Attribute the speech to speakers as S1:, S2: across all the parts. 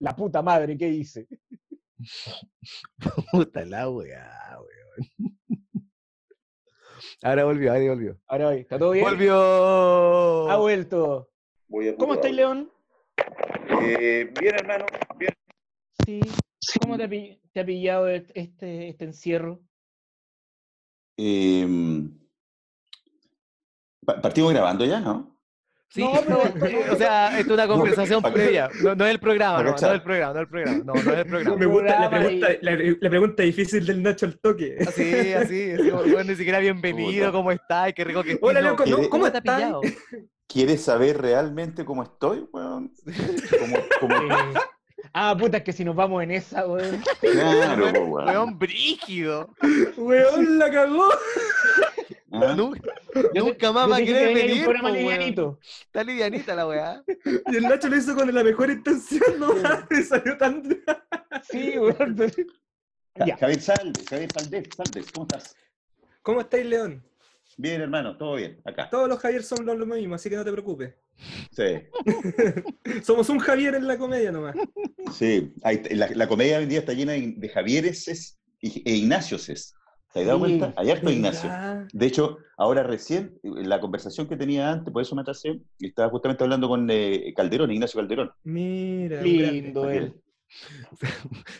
S1: La puta madre, ¿qué hice?
S2: Puta la weá, weón. Ahora volvió, ahora volvió.
S1: Ahora hoy, ¿está todo bien?
S2: ¡Volvió!
S1: Ha vuelto.
S3: Voy a
S1: ¿Cómo
S3: estáis,
S1: estáis, León?
S3: bien, hermano, bien.
S1: Sí. ¿Cómo te ha, pi- te ha pillado et- este, este encierro?
S3: Em, pa- partimos grabando ya, ¿no?
S2: Sí,
S1: No, pero-
S2: eh, o sea, esto es una conversación
S3: ¿Para qué?
S2: previa. No, no es el programa, no,
S3: ¿Para
S2: no es
S3: cachar?
S2: el programa, no es el programa. No, no es el
S4: La
S2: programa.
S4: pregunta,
S1: programa
S4: la, pregunta,
S1: y-
S4: la- la pregunta difícil del Nacho al toque.
S2: Así, así, así, weón, ni siquiera bienvenido,
S3: Puta.
S2: ¿cómo estás? Qué rico que estés.
S4: Hola,
S2: No,
S4: loco,
S3: ¿no?
S4: ¿Cómo
S2: te ha
S4: estás?
S2: pillado?
S3: ¿Quieres saber realmente cómo estoy, weón? Como, como-
S1: Eh, ah, puta, es que si nos vamos en esa, weón.
S3: claro, po, weón.
S2: Weón, brígido.
S4: Weón, la cagó.
S3: Ah,
S2: Nunca,
S1: Yo te-
S2: nunca más
S1: yo
S2: va a
S1: te dije
S2: querer
S1: que venía
S2: venir,
S1: un programa
S2: po, weón.
S1: livianito.
S2: Está livianita la weá.
S4: Y el Nacho lo hizo con la mejor intención, no mames, salió tan.
S1: Sí, weón. pero-
S3: Ja-
S1: Ya.
S3: Javier Saldes, Javier Saldes, Saldes, ¿cómo estás?
S4: ¿Cómo estáis, León?
S3: Bien, hermano, todo bien, acá.
S4: Todos los Javier son los lo mismo, así que no te preocupes.
S3: Sí,
S4: Somos un Javier en la comedia nomás.
S3: sí. Ahí t- la, la comedia hoy en día está llena de, de Javiereses y- e Ignacioces. ¿Te has dado
S1: Sí.
S3: cuenta? Hay harto Ignacio.
S4: Ah,
S3: De hecho, ahora recién, en la conversación que tenía antes, por eso me atrasé, estaba justamente hablando con eh, Calderón, Ignacio Calderón.
S4: Mira, un grande.
S1: Lindo él.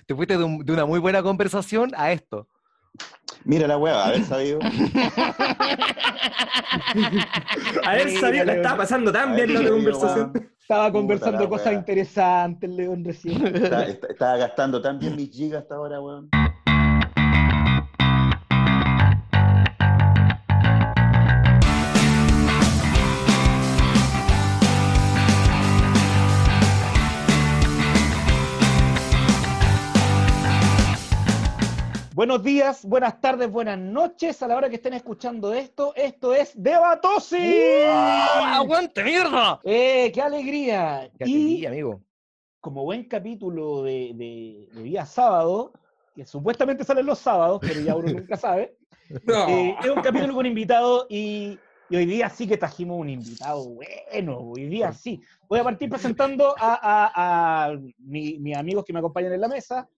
S2: Te fuiste de, un- de una muy buena conversación a esto.
S3: Mira la hueá, haber sabido.
S4: A ver,
S1: Mira,
S4: sabía, la
S1: León.
S4: estaba pasando tan bien la
S3: Haber sabido,
S4: otra conversación.
S3: weón.
S1: Estaba
S3: Puta
S1: conversando
S3: la
S1: cosas
S3: weá.
S1: interesantes, León, recién.
S3: Está- está- Estaba gastando tan bien mis gigas hasta ahora, weón.
S1: Buenos días, buenas tardes, buenas noches. A la hora que estén escuchando esto, esto es Debatosi.
S2: ¡Ah, ¡Aguante, mierda!
S1: ¡Eh, qué alegría!
S2: Ya te
S1: Y
S2: vi, amigo.
S1: como buen capítulo de, de- de día sábado, que supuestamente salen los sábados, pero ya uno nunca sabe,
S4: No.
S1: eh, es un capítulo con invitado y, y hoy día sí que trajimos un invitado bueno, hoy día sí. Voy a partir presentando a, a- a mi- mis amigos que me acompañan en la mesa.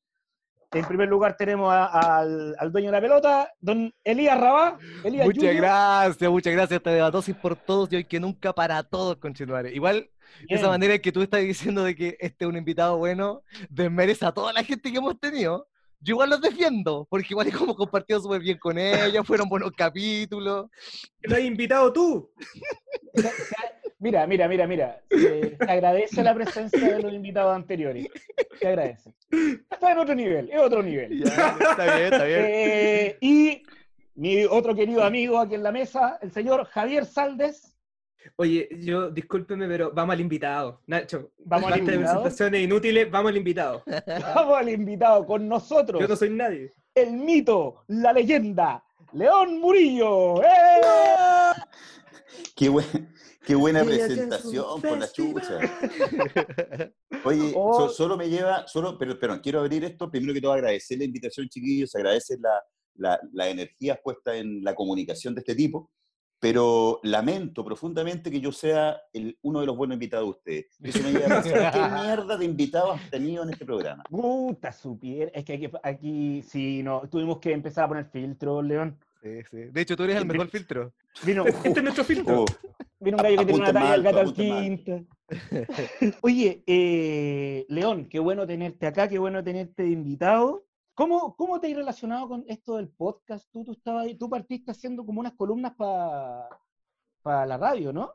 S1: En primer lugar tenemos a- al, al dueño de la pelota, don Elías Rabá. Elías
S2: Muchas
S1: Junior.
S2: gracias, muchas gracias, te debatosis por todos y hoy que nunca para todos, continuaré. Igual, de
S1: Bien.
S2: esa manera en que tú estás diciendo de que este es un invitado bueno, desmerece a toda la gente que hemos tenido. Yo igual los defiendo, porque igual hemos compartido súper bien con ellos, fueron buenos capítulos.
S4: Lo has invitado tú.
S1: Mira, mira, mira, mira. Eh, te agradece la presencia de los invitados anteriores. Te agradece. Está en otro nivel, es otro nivel.
S2: Ya, está bien, está bien.
S1: Eh, y mi otro querido amigo aquí en la mesa, el señor Javier Saldes.
S4: Oye, yo, discúlpeme, pero vamos al invitado. Nacho,
S1: Vamos al
S4: basta de
S1: invitado.
S4: presentaciones inútiles, vamos al invitado.
S1: Vamos al invitado con nosotros,
S4: Yo no soy nadie.
S1: el mito, la leyenda, León Murillo. ¡Eh!
S3: Qué, buen- qué buena
S4: Ella ya es un
S3: presentación por la chucha.
S4: festival.
S3: Oye,
S1: Oh.
S3: so- solo me lleva, solo, pero, pero quiero abrir esto. Primero que todo, agradecer la invitación, chiquillos, agradecer la, la, la energía puesta en la comunicación de este tipo. Pero lamento profundamente que yo sea el, uno de los buenos invitados de ustedes. Y Eso me lleva a pensar, ¿qué mierda de invitados has tenido en este programa?
S1: Puta, supiera. Es que aquí, aquí sí, no, tuvimos que empezar a poner filtro, León.
S2: Sí, sí. De hecho, tú eres el mejor filtro.
S1: Vino,
S4: Este es nuestro
S3: Oh,
S4: filtro.
S1: Viene un gallo que tiene una
S3: Apunte
S1: talla del
S3: mal,
S1: gato al
S3: apunte mal.
S1: quinto. Oye, eh, León, qué bueno tenerte acá, qué bueno tenerte de invitado. ¿Cómo, cómo te has relacionado con esto del podcast? Tú, tú, estabas, ahí- tú partiste haciendo como unas columnas para la radio, ¿no?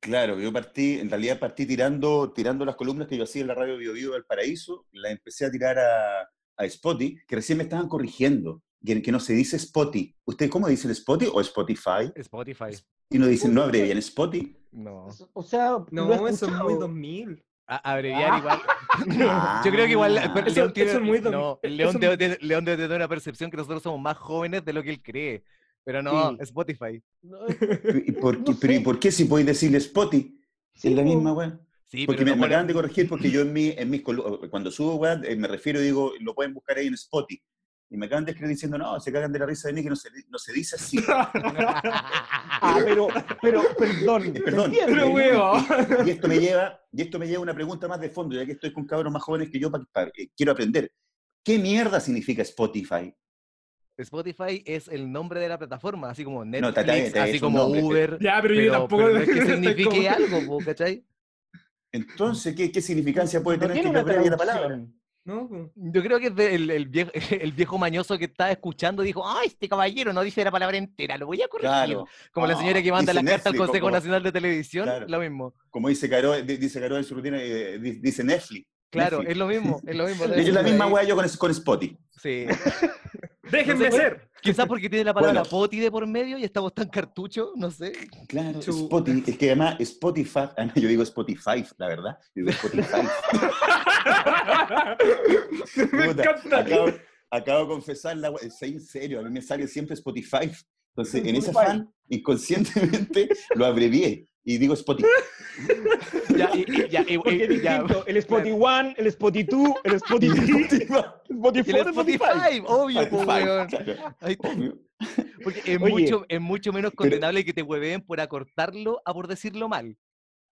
S3: Claro, yo partí, en realidad partí tirando, tirando las columnas que yo hacía en la radio Bio Bio del Paraíso, las empecé a tirar a, a Spotty, que recién me estaban corrigiendo, que, que no se dice Spotty. ¿Usted cómo dice el Spotty o Spotify?
S2: Spotify.
S3: Y no dicen, no abrevian Spotty.
S2: No.
S1: O sea,
S4: No,
S1: lo he
S4: eso es
S1: escuchado.
S4: muy 2000.
S2: A- abreviar
S1: Ah.
S2: igual. Yo creo que igual
S3: Ah.
S2: pero
S4: Eso-
S2: León tiene-
S4: eso es muy dos-
S2: no,
S4: eso
S2: León
S4: es-
S2: debe tener- León debe tener una percepción que nosotros somos más jóvenes de lo que él cree. Pero no,
S1: Sí.
S2: Spotify.
S1: No, eh,
S3: ¿Y por,
S1: No
S3: qué, pero ¿y
S1: sé.
S3: por qué si podéis decirle Spotty?
S1: sí,
S3: es la
S1: po.
S3: misma weá.
S2: Sí,
S3: Porque
S2: pero no
S3: me, me
S2: pone-
S3: acaban eh, de corregir porque yo en, mi, en mis colu- cuando subo weá, eh, me refiero y digo, lo pueden buscar ahí en Spotty. y me acaban de escribir diciendo, no, se cagan de la risa de mí, que no se, no se dice así.
S1: Ah, pero, pero, perdón. ¿me
S3: Perdón.
S1: entiendes?
S4: Pero huevo.
S3: Y esto me lleva, y esto me lleva a una pregunta más de fondo, ya que estoy con cabros más jóvenes que yo, pa- pa- eh, quiero aprender. ¿Qué mierda significa Spotify?
S2: Spotify es el nombre de la plataforma, así como
S3: está
S2: Netflix,
S3: bien, está bien,
S2: así
S3: es un
S2: como
S3: nombre, sí.
S2: Uber.
S4: Ya, pero, yo
S2: Pero,
S4: tampoco.
S2: pero no es que
S4: estoy
S2: signifique
S4: como-
S2: algo, po, ¿cachai?
S3: Entonces, ¿qué, qué significancia puede
S1: No
S3: tener
S1: tiene
S3: este
S1: una
S3: que yo aprenda la palabra?
S1: traducción.
S4: No, pues. po.
S2: Yo creo que es de- el, el viejo, el viejo mañoso que está escuchando dijo, ay, este caballero no dice la palabra entera, lo voy a corregir.
S3: Claro,
S2: Como la señora que
S3: Ah,
S2: manda
S3: dice
S2: las cartas al
S3: Netflix,
S2: Consejo
S3: como-
S2: Nacional de Televisión,
S3: Claro.
S2: lo mismo.
S3: como dice Caro, di- dice Caro en su rutina, eh, di- dice Netflix.
S2: Claro,
S3: Netflix.
S2: es lo mismo, es lo mismo.
S3: De hecho, es la misma weá yo con, con Spotify.
S2: Sí.
S4: Déjenme
S2: Entonces,
S4: ser.
S2: Quizás porque tiene la palabra
S3: Bueno.
S2: poti de por medio y estamos tan cartucho, no sé.
S3: Claro,
S4: Chu-
S3: Spotify. Es que además Spotify, ah, no, yo digo Spotify, la verdad. Yo digo Spotify.
S4: Me
S3: Puta,
S4: encanta.
S3: Acabo, acabo de confesar, la, we- soy en serio, a mí me sale siempre Spotify. Entonces, en ese
S1: Spotify.
S3: afán, inconscientemente lo abrevié y digo Spotify.
S2: Ya, y, y- ya, y-
S1: Porque es
S2: y- ya.
S1: distinto. El Spotify One, el Spotify Two, el Spotify Three,
S3: Spotify.
S1: el Spotify Four,
S2: Y el
S1: el Spotify.
S2: Spotify, obvio, po, weón.
S3: claro,
S2: Ahí está.
S3: obvio.
S2: Porque es,
S1: Oye,
S2: mucho, es mucho menos condenable que te hueveen por acortarlo a por decirlo mal.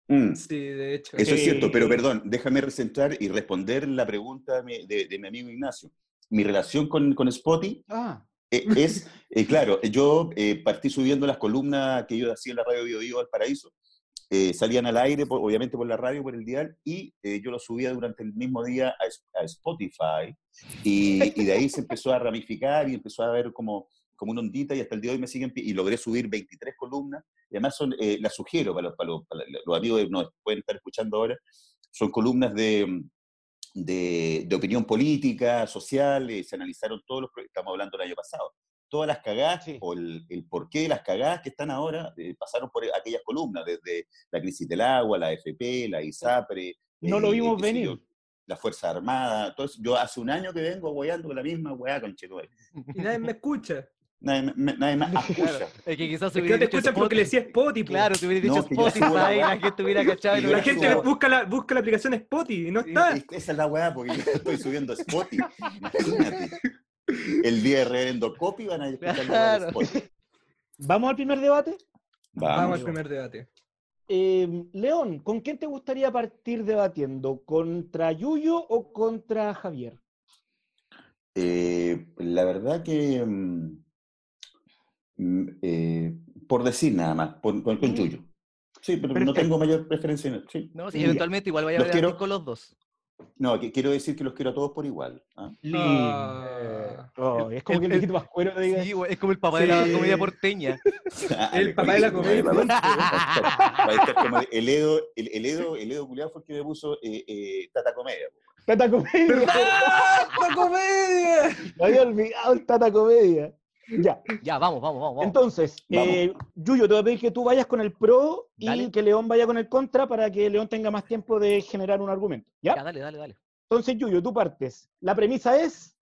S3: Mm,
S4: Sí, de hecho.
S3: Eso es
S1: Eh,
S3: cierto, pero perdón, déjame recentrar y responder la pregunta de, mi- de- de mi amigo Ignacio. Mi relación con, con Spotify
S1: Ah,
S3: eh, es, eh, claro, yo eh, partí subiendo las columnas que yo hacía en la radio Bio Bio al Paraíso. Eh, salían al aire, por- obviamente por la radio, por el dial, y eh, yo lo subía durante el mismo día a, Es- a Spotify. Y, y de ahí se empezó a ramificar y empezó a ver como, como una ondita, y hasta el día de hoy me siguen. pi- Y logré subir 23 columnas. Y además, son, eh, las sugiero para los, para los, para los amigos que nos pueden estar escuchando ahora. Son columnas de, de, de opinión política, social, eh, se analizaron todos los, pro- estamos hablando del año pasado, todas las cagadas
S1: Sí.
S3: o el, el porqué de las cagadas que están ahora eh, pasaron por aquellas columnas, desde la crisis del agua, la FP, la ISAPRE.
S1: No lo vimos
S3: qué sé
S1: venir.
S3: yo, La Fuerza Armada, todo eso. Yo hace un año que vengo guayando con la misma weá con Chetumal.
S4: Y nadie me escucha.
S3: Nadie, me- me- nadie más escucha.
S2: Claro, es que quizás
S4: Es que no te escuchan porque le decía Spotify. po.
S2: Claro, te hubiera
S3: No,
S2: dicho
S3: que yo subo
S2: Spotify,
S3: la
S2: la,
S3: weá.
S2: gente hubiera cachado y
S3: Y
S2: no
S3: yo
S4: La
S2: hubiera
S4: gente
S2: subido.
S4: busca la, busca la aplicación Spotify y no está.
S3: Es- Esa es la weá, porque yo estoy subiendo a Spotify. Imagínate. El día de reverendo Copy van a escuchar la weá de
S2: Claro.
S3: Spotify.
S1: ¿Vamos al primer debate?
S4: Vamos al
S1: Vamos.
S4: primer debate.
S1: Eh, León, ¿con quién te gustaría partir debatiendo? ¿Contra Yuyo o contra Javier?
S3: Eh, la verdad que mm, mm, eh, por decir nada más, por, con, con Yuyo. Sí, pero no tengo mayor preferencia en sí.
S2: No,
S3: Sí.
S2: sí, eventualmente igual vaya a
S3: Los
S2: haber
S3: quiero.
S2: con los dos.
S3: No, que quiero decir que los quiero a todos por igual. ¿ah?
S4: Ah.
S1: Oh, es como
S2: el-
S1: que el
S2: el-
S1: viejito vascuero te diga.
S2: Sí, güey, es como el papá de la
S4: Sí.
S2: comedia porteña.
S3: Ale,
S4: papá de la
S3: coño,
S4: comedia.
S3: papá. Va a estar como el Edo, el, el Edo, el Edo culiao fue el que me puso eh, eh, Tata Comedia.
S1: Tata Comedia.
S4: ¡Ah, ¡Tata comedia!
S1: Me había olvidado el Tata Comedia. Ya,
S2: Ya, vamos, vamos, vamos. vamos.
S1: entonces,
S3: Vamos.
S1: eh, Yuyo, te voy a pedir que tú vayas con el pro y
S2: Dale.
S1: que León vaya con el contra para que León tenga más tiempo de generar un argumento. ¿Ya?
S2: Ya, dale, dale, dale.
S1: Entonces, Yuyo, tú partes. La premisa es: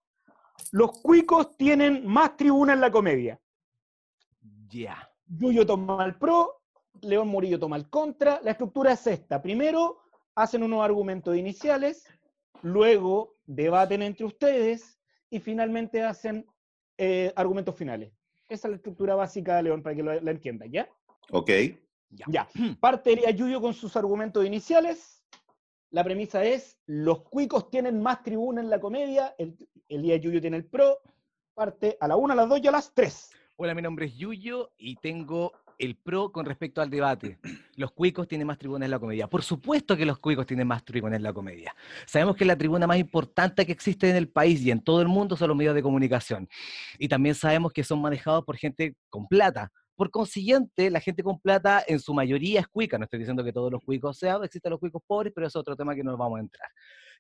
S1: los cuicos tienen más tribuna en la comedia.
S2: Ya.
S1: Yuyo toma el pro, León Murillo toma el contra. La estructura es esta. Primero hacen unos argumentos iniciales, luego debaten entre ustedes y finalmente hacen eh, argumentos finales. Esa es la estructura básica de León para que lo- la entiendan, ¿ya?
S3: Ok.
S2: Ya.
S1: Ya. Partiría Yuyo con sus argumentos iniciales. La premisa es, los cuicos tienen más tribuna en la comedia, el, el día de Yuyo tiene el pro, parte a la una, a las dos y a las tres.
S2: Hola, mi nombre es Yuyo y tengo el pro con respecto al debate. Los cuicos tienen más tribunas en la comedia. Por supuesto que los cuicos tienen más tribunas en la comedia. Sabemos que la tribuna más importante que existe en el país y en todo el mundo son los medios de comunicación. Y también sabemos que son manejados por gente con plata. Por consiguiente, la gente con plata en su mayoría es cuica. No estoy diciendo que todos los cuicos sean, existen los cuicos pobres, pero es otro tema que no vamos a entrar.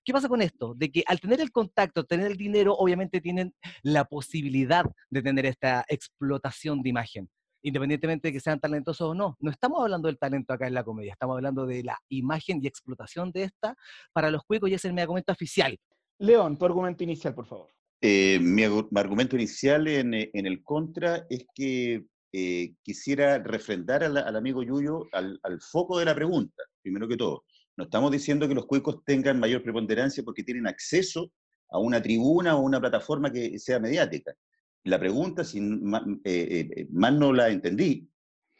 S2: ¿Qué pasa con esto? De que al tener el contacto, tener el dinero, obviamente tienen la posibilidad de tener esta explotación de imagen, independientemente de que sean talentosos o no. No estamos hablando del talento acá en la comedia, estamos hablando de la imagen y explotación de esta para los cuicos y es el medicamento oficial.
S1: León, tu argumento inicial, por favor.
S3: Eh, mi, argu- mi argumento inicial en, eh, en el contra es que eh, quisiera refrendar a la- al amigo Yuyo al, al foco de la pregunta, primero que todo. No estamos diciendo que los cuicos tengan mayor preponderancia porque tienen acceso a una tribuna o una plataforma que sea mediática. La pregunta, si ma- eh, eh, más no la entendí,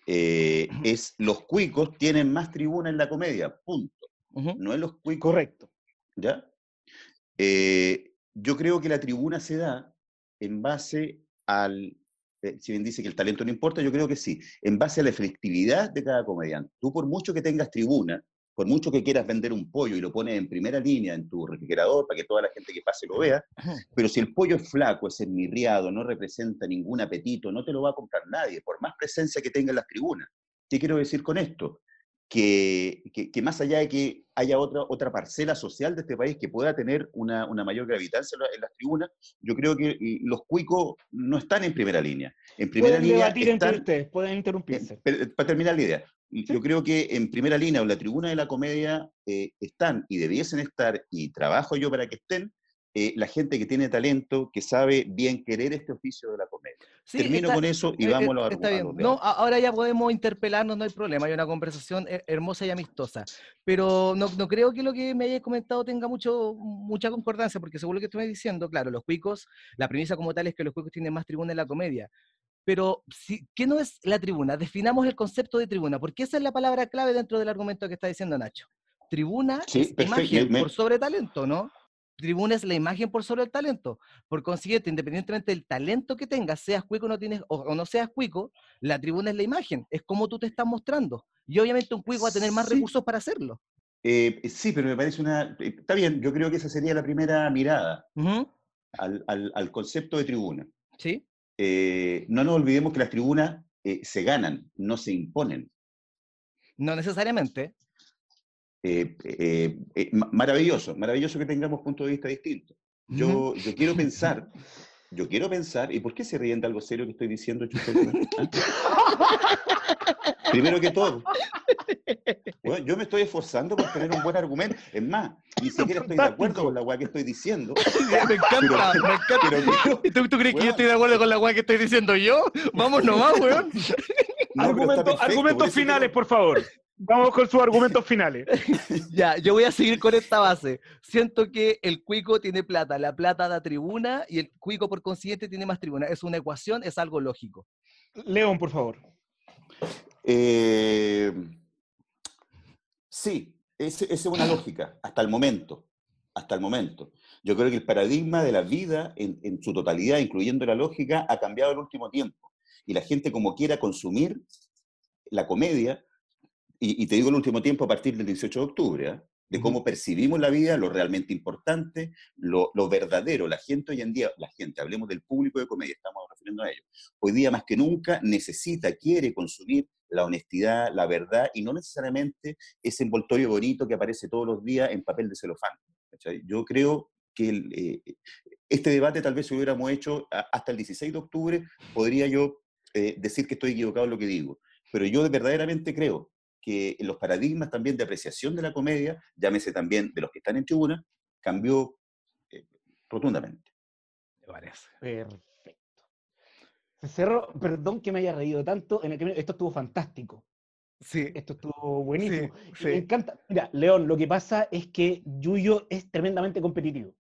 S3: eh, es los cuicos tienen más tribuna en la comedia, punto.
S2: Ujú.
S3: No es los cuicos
S1: Correcto.
S3: ¿Ya? Eh, yo creo que la tribuna se da en base al, eh, si bien dice que el talento no importa, yo creo que sí, en base a la efectividad de cada comediante. Tú por mucho que tengas tribuna, por mucho que quieras vender un pollo y lo pones en primera línea en tu refrigerador para que toda la gente que pase lo vea, pero si el pollo es flaco, es enmirriado, no representa ningún apetito, no te lo va a comprar nadie, por más presencia que tenga en las tribunas. ¿Qué quiero decir con esto? Que, que- que más allá de que haya otra, otra parcela social de este país que pueda tener una, una mayor gravitancia en la- en las tribunas, yo creo que y, los cuicos no están en primera línea. En primera
S1: Pueden
S3: línea
S1: debatir entre
S3: están-
S1: ustedes, pueden
S3: eh,
S1: interrumpirse.
S3: pero, eh, Para terminar la idea, y yo creo que en primera línea o la tribuna de la comedia eh, están y debiesen estar, y trabajo yo para que estén, eh, la gente que tiene talento, que sabe bien querer este oficio de la comedia.
S2: Sí,
S3: Termino
S2: está-
S3: con eso y
S2: eh,
S3: vamos
S2: eh,
S3: a los
S2: está bien.
S3: argumentos.
S2: No, a- ahora ya podemos interpelarnos, no hay problema. Hay una conversación her- hermosa y amistosa. Pero no, no creo que lo que me hayas comentado tenga mucho, mucha concordancia, porque según lo que tú me diciendo, claro, los cuicos, la premisa como tal es que los cuicos tienen más tribuna en la comedia. Pero, si, ¿qué no es la tribuna? Definamos el concepto de tribuna, porque esa es la palabra clave dentro del argumento que está diciendo Nacho. Tribuna
S3: Sí,
S2: es
S3: perfecto,
S2: imagen
S3: me-
S2: por sobre talento, ¿no? Tribuna es la imagen por sobre el talento. Por consiguiente, independientemente del talento que tengas, seas cuico o no, tienes, o, o no seas cuico, la tribuna es la imagen, es como tú te estás mostrando. Y obviamente un cuico va a tener más
S3: Sí.
S2: recursos para hacerlo.
S3: Eh, sí, pero me parece una... eh, Está bien, yo creo que esa sería la primera mirada
S2: Ujú,
S3: al- al- al concepto de tribuna.
S2: ¿Sí?
S3: Eh, no nos olvidemos que las tribunas eh, se ganan, no se imponen.
S2: No necesariamente.
S3: eh, eh, eh, ma- maravilloso, maravilloso que tengamos puntos de vista distintos. Yo, yo quiero pensar, yo quiero pensar, ¿y por qué se ríen de algo serio que estoy diciendo, Chucho? ¿Ah? Primero que todo, bueno, yo me estoy esforzando por tener un buen argumento. Es más, ni siquiera estoy de
S1: fantástico.
S3: acuerdo con la weá que estoy diciendo,
S2: me
S3: encanta,
S2: me encanta.
S3: pero quiero-
S2: ¿Tú, crees
S3: que yo estoy
S2: de acuerdo con la weá que estoy diciendo yo? Vamos nomás, weón.
S3: no, pero está
S1: Argumento-
S3: perfecto, por
S1: argumentos
S3: eso quiero-
S1: finales, por favor. Vamos con sus argumentos finales.
S2: Ya, yo voy a seguir con esta base. Siento que el cuico tiene plata, la plata da tribuna y el cuico por consiguiente tiene más tribuna. Es una ecuación, es algo lógico.
S1: León, por favor.
S3: Eh, sí, ese- esa es una lógica, hasta el momento, hasta el momento. Yo creo que el paradigma de la vida en, en su totalidad, incluyendo la lógica, ha cambiado en el último tiempo. Y la gente como quiera consumir la comedia, y, y te digo el último tiempo a partir del 18 de octubre, ¿ah? de cómo percibimos la vida, lo realmente importante, lo, lo verdadero. La gente hoy en día, la gente, hablemos del público de comedia, estamos refiriendo a ello hoy día más que nunca necesita, quiere consumir la honestidad, la verdad y no necesariamente ese envoltorio bonito que aparece todos los días en papel de celofán. ¿cachai? Yo creo que el, eh, este debate tal vez si lo hubiéramos hecho a- hasta el 16 de octubre, podría yo eh, decir que estoy equivocado en lo que digo, pero yo verdaderamente creo que los paradigmas también de apreciación de la comedia, llámese también de los que están en tribuna, cambió eh, rotundamente.
S2: Me parece.
S1: Perfecto. Se cerró, perdón que me haya reído tanto. En el que- esto estuvo fantástico.
S2: Sí,
S1: Esto estuvo buenísimo.
S2: sí,
S1: Me encanta. Mira, León, lo que pasa es que Yuyo es tremendamente competitivo.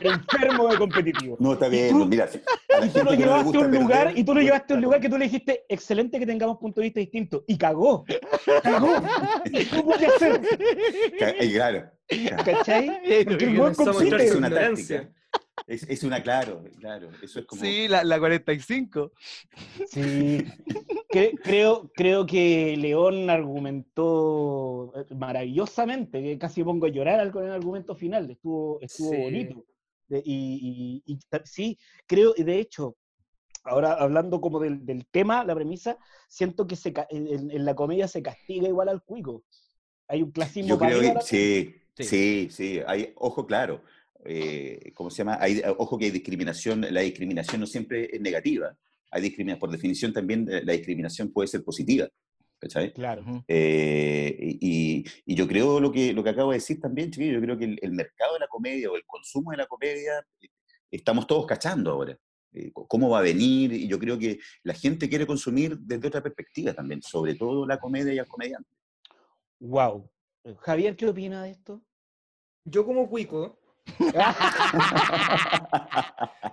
S1: Enfermo de competitivo.
S3: No, está bien,
S1: tú-
S3: mira. a la
S1: Y tú lo
S3: gente que no le
S1: llevaste
S3: gusta
S1: a un
S3: perder,
S1: lugar y tú lo
S3: pues,
S1: llevaste a un
S3: claro.
S1: lugar que tú le dijiste, excelente que tengamos puntos de vista distintos. Y cagó. Cagó. ¿Qué tuvo que hacer?
S3: Ca- eh, Claro.
S1: ¿Cachai? Porque el
S4: Yo
S1: weón
S4: no sé mostrar
S1: compite.
S3: Es
S4: su
S3: una táctica.
S4: ignorancia.
S3: Es, es una, claro, claro. Eso es como.
S2: Sí, la, la 45.
S1: Sí. Cre- creo, creo que León argumentó eh, maravillosamente, que casi pongo a llorar al- con el argumento final, estuvo, estuvo
S4: Sí.
S1: bonito. De- y, y- y ta- sí, creo, y de hecho, ahora hablando como del, del tema, la premisa, siento que se, ca- en, en- en la comedia se castiga igual al cuico. Hay un clasismo
S3: Yo
S1: para
S3: creo
S1: arriba, para
S3: que.
S1: abajo.
S3: Sí,
S2: Sí.
S3: sí, sí. Hay, ojo, claro. eh, ¿Cómo se llama? Hay, ojo que hay discriminación. La discriminación no siempre es negativa. Hay discriminación. Por definición, también eh, la discriminación puede ser positiva. ¿Cachai?
S1: Claro.
S3: Eh, y, y yo creo lo que, lo que acabo de decir también, chiquillo, yo creo que el, el mercado de la comedia o el consumo de la comedia, eh, estamos todos cachando ahora. eh, co- cómo va a venir, y yo creo que la gente quiere consumir desde otra perspectiva también, sobre todo la comedia y al comediante.
S1: Wow. Javier, ¿qué Eh, opina de esto?
S4: Yo como cuico,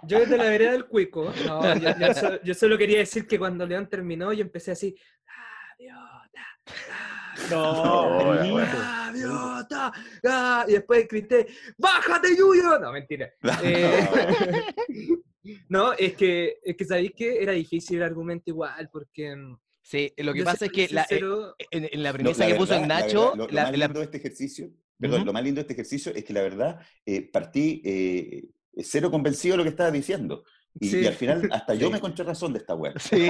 S4: Yo desde la vereda del cuico. No, yo, yo so- yo solo quería decir que cuando León terminó, yo empecé así. "Ah, ¡Gaviota!
S1: No,
S3: Hola,
S1: bonito.
S4: ¡Gaviota! ¡Ah! Y después grité, ¡bájate, Yuyo! No, mentira. Eh, no, es que, es que sabéis que era difícil el argumento igual, porque. mm,
S2: Sí, lo que
S4: yo
S2: pasa es
S4: siempre
S2: que la, eh,
S4: sincero-
S2: en, en la
S3: No,
S2: premisa
S3: la
S2: que puso
S3: verdad,
S2: el
S3: la
S2: Nacho,
S3: verdad, lo, lo
S2: la-
S3: más
S2: la-
S3: lindo de este ejercicio, perdón,
S2: Ujú.
S3: lo más lindo de este ejercicio es que la verdad eh, partí eh, cero convencido de lo que estaba diciendo. Y,
S4: Sí.
S3: y al final hasta yo
S2: Sí.
S3: me encontré razón de esta web.
S2: Sí,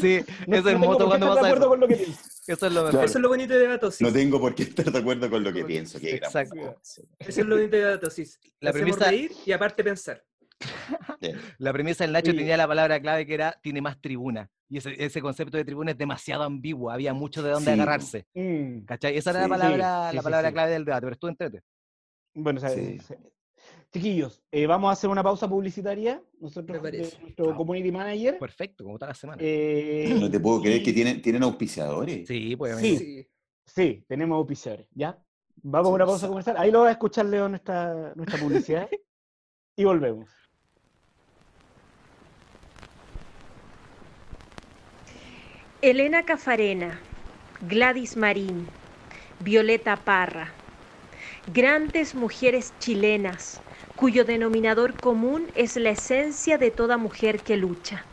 S2: sí,
S1: No-
S2: es
S1: no tengo
S2: hermoso
S1: por qué
S2: cuando
S1: estar de
S2: pasa
S1: acuerdo
S2: eso.
S1: con lo que dices.
S2: Eso es lo mejor.
S3: Claro.
S4: Eso es lo bonito de Datosis.
S3: No tengo por qué estar de acuerdo con lo que pienso. qué gran
S2: Exacto.
S3: wea.
S4: Eso es lo bonito de Datosis.
S2: La
S4: La premisa...
S2: premisa-
S4: reír y aparte pensar.
S3: Bien.
S2: La premisa del Nacho
S1: Oye.
S2: tenía la palabra clave que era tiene más tribuna. Y ese, ese concepto de tribuna es demasiado ambiguo, había mucho de dónde
S3: Sí.
S2: agarrarse.
S1: Mm.
S2: ¿Cachai? Esa era
S3: Sí.
S2: la palabra,
S1: Sí,
S2: la
S1: sí,
S2: palabra
S1: sí.
S2: clave del debate, pero estuvo entrete.
S1: Bueno, o sea,
S3: Sí.
S1: se- chiquillos, eh, vamos a hacer una pausa publicitaria. Nosotros,
S4: Me parece.
S1: de nuestro
S2: Ah.
S1: community manager.
S2: Perfecto, como toda la semana.
S1: eh,
S3: No te puedo creer que
S1: y-
S3: tienen, tienen auspiciadores.
S2: sí, pues
S1: Sí.
S2: obviamente.
S1: Sí, tenemos auspiciadores, ¿ya? Vamos a
S3: Sí,
S1: una
S3: sí.
S1: pausa comercial. Ahí lo va a escuchar Leo nuestra, nuestra publicidad. y volvemos.
S5: Elena Cafarena, Gladys Marín, Violeta Parra, grandes mujeres chilenas cuyo denominador común es la esencia de toda mujer que lucha.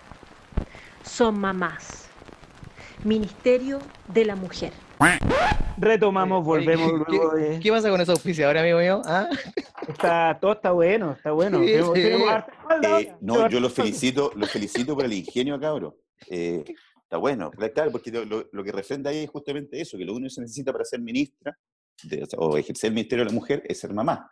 S5: Son mamás. Ministerio de la Mujer.
S1: Retomamos,
S2: Oye,
S1: volvemos
S2: ¿qué-
S1: luego
S2: ¿qué,
S1: de...
S2: qué pasa con esa auspiciadora, amigo mío? ¿Ah?
S1: Está, todo está bueno, está bueno.
S2: Sí,
S1: Tenemos-
S2: sí.
S1: tenemos harta espalda
S3: Eh,
S1: ahora.
S3: no,
S1: Tenemos
S3: yo los
S1: harta espalda.
S3: felicito, los felicito por el ingenio, cabrón. Eh, está bueno, claro, porque lo- lo, lo que refrenda ahí es justamente eso, que lo único que se necesita para ser ministra de- o ejercer el Ministerio de la Mujer es ser mamá.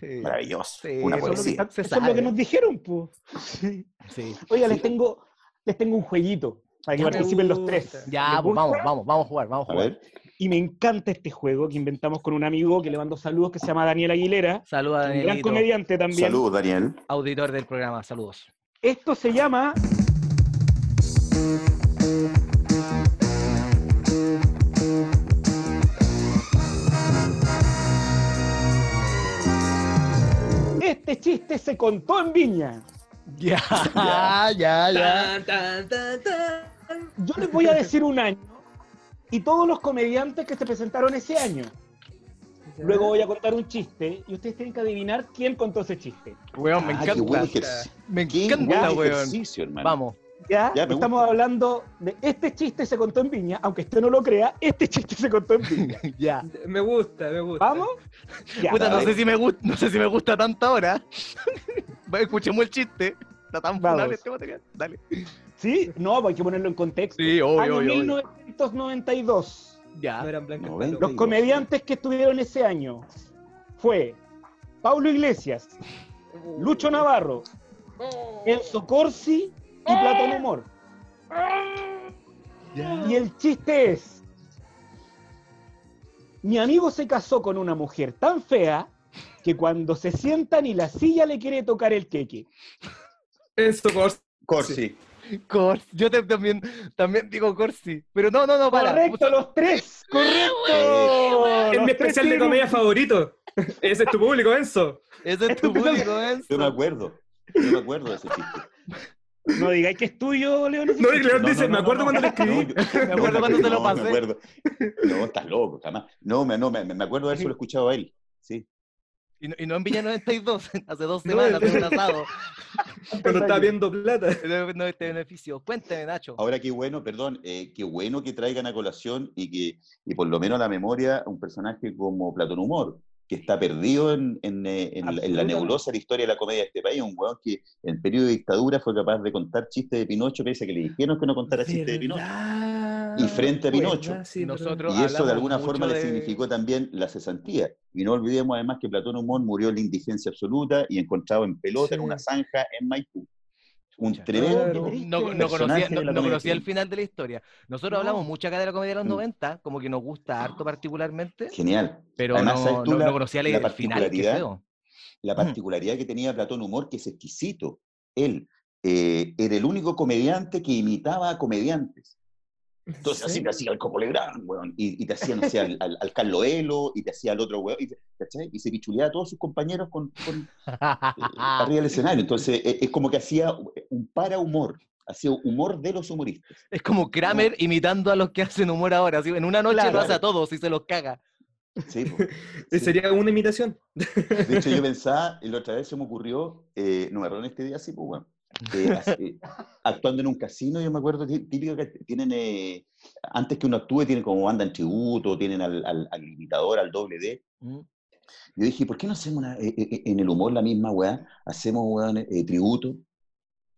S2: Sí.
S3: Maravilloso.
S2: Sí,
S3: una
S2: eso es lo que
S3: poesía.
S2: se
S1: Eso es lo
S2: sabe.
S1: que nos dijeron, pues.
S2: Sí. Ah,
S1: Oiga,
S3: Sí.
S1: les tengo, les tengo un jueguito para que
S4: Me
S1: participen los tres.
S4: gusta.
S2: Ya,
S1: ¿Les
S2: pues vamos,
S1: gusta?
S2: vamos, vamos a jugar, vamos a
S3: A
S2: jugar.
S3: ver,
S1: Y me encanta este juego que inventamos con un amigo que le mando saludos que se llama Daniel Aguilera,
S2: Saludos a
S1: un gran
S2: Danielito,
S1: comediante también.
S3: saludos, Daniel.
S2: auditor del programa, saludos.
S1: Esto se llama Este chiste se contó en Viña.
S2: Ya,
S3: Ya.
S2: ya,
S4: Tan, tan, tan, tan.
S1: Yo les voy a decir un año y todos los comediantes que se presentaron ese año. Luego voy a contar un chiste y ustedes tienen que adivinar quién contó ese chiste.
S2: Weón, me
S3: Ah, qué buen
S2: encanta.
S3: ejercicio,
S2: Me
S3: qué
S2: encanta,
S3: buen
S2: weón.
S3: ejercicio, hermano.
S2: Vamos.
S1: Ya,
S3: Ya, me
S1: estamos
S3: gusta.
S1: hablando de este chiste se contó en Viña, aunque usted no lo crea, este chiste se contó en Viña.
S2: Ya.
S4: Me gusta, me gusta.
S1: ¿Vamos? Ya.
S2: Puta, no
S3: dale.
S2: sé si me gusta, no sé si me gusta tanto ahora. Va, Escuchemos el chiste. Está tan
S1: Vamos.
S2: funable este material. Dale.
S1: ¿Sí? No, pues hay que ponerlo en contexto.
S2: Sí,
S1: Año 1992.
S4: No
S2: Ya.
S4: eran blancas
S3: No,
S4: palomas.
S1: Los
S3: Digo,
S1: comediantes que estuvieron ese año fue Paulo Iglesias, Lucho Navarro, Enzo Corsi y Platón
S2: Eh.
S1: Humor. Y el chiste es, mi amigo se casó con una mujer tan fea que cuando se sienta ni la silla le quiere tocar el queque.
S4: Enzo Corsi.
S3: Corsi.
S2: Corsi. Yo te- también, también digo Corsi. Pero no, no, no, para.
S1: Correcto, los tres. Correcto.
S4: Es
S1: Los
S4: mi
S1: tres
S4: especial de
S1: tienen un-
S4: comedia favorito. Ese es tu público, Enzo.
S2: Ese es
S1: Esto
S2: tu
S1: empezó-
S2: público, ¿eh?
S3: Yo
S2: Enzo.
S3: me acuerdo, yo me acuerdo de ese chiste.
S1: No digáis que es tuyo, León. ese
S4: No, y
S1: chiste.
S4: León
S3: No,
S4: dice,
S3: no, no,
S4: me
S3: no,
S4: acuerdo
S3: no.
S4: cuando lo
S3: No,
S4: escribí.
S3: yo- no,
S2: acuerdo cuando te lo
S3: no, me
S2: pasé.
S3: acuerdo. No, estás loco, jamás. No, me, no, me, me acuerdo de eso, lo he escuchado a él. Sí.
S2: Y no, y no en Villa 92, hace dos
S4: No,
S2: semanas,
S4: el-
S2: hace un asado.
S4: Cuando estaba viendo plata.
S2: No, no este beneficio. Cuéntame, Nacho.
S3: Ahora qué bueno, perdón, eh, qué bueno que traigan a colación y que y por lo menos a la memoria un personaje como Platón Humor, que está perdido en, en, eh, en la- en la
S1: Absolutamente.
S3: nebulosa de la historia de la comedia de este país, un huevón que en periodo de dictadura fue capaz de contar chistes de Pinocho, pese a que le dijeron que no contara chistes de Pinocho. Y frente a Pinocho.
S4: Verdad, sí, verdad.
S2: Nosotros
S3: Y eso de
S2: hablamos
S3: alguna
S2: mucho
S3: forma le
S2: de-
S3: significó también la cesantía. Y no olvidemos además que Platón Humón murió en la indigencia absoluta y encontrado en pelota en
S4: Sí.
S3: una zanja en Maipú. Un
S2: Pucha.
S3: tremendo.
S2: No,
S4: Claro.
S2: no
S3: Personaje
S2: conocía,
S3: de
S2: no,
S3: la
S2: no
S3: comedia
S2: conocía el
S3: chilena.
S2: final de la historia. Nosotros
S1: No. Ah.
S2: hablamos mucho acá de la comedia de los
S3: Mm.
S2: 90, como que nos gusta harto particularmente,
S3: Genial.
S2: pero
S3: Además, ¿sabes
S2: no,
S3: tú
S2: no-
S3: la-
S2: no conocía la,
S3: la
S2: el final. qué
S3: particularidad?
S2: feo.
S3: La
S2: Mm.
S3: particularidad que tenía Platón Humor, que es exquisito. Él eh, era el único comediante que imitaba a comediantes. Entonces así te hacía el Coco Legrand, weón, y, y te hacía, no sé, al, al, al Carlo Elo, y te hacía al otro weón, y, ¿cachai? y se pichuleaba a todos sus compañeros con, con, eh,
S2: Ah.
S3: arriba del escenario. Entonces eh, es como que hacía un para-humor, hacía humor de los humoristas.
S2: Es como Kramer imitando a los que hacen humor ahora. así, En una noche
S1: Claro.
S2: lo hace a todos y se los caga.
S3: Sí, po. Sí.
S4: Sería una imitación.
S3: De hecho, yo pensaba, y la otra vez se me ocurrió, eh, no me erró en este día, sí, pues, weón, eh, as- eh, actuando en un casino, yo me acuerdo, tí- típico que tienen, eh, antes que uno actúe, tienen como banda en tributo, tienen al, al, al imitador, al doble D.
S2: Mm.
S3: Yo dije, ¿por qué no hacemos una- eh, eh, eh, en el humor la misma weá? Hacemos, weón, eh, tributo,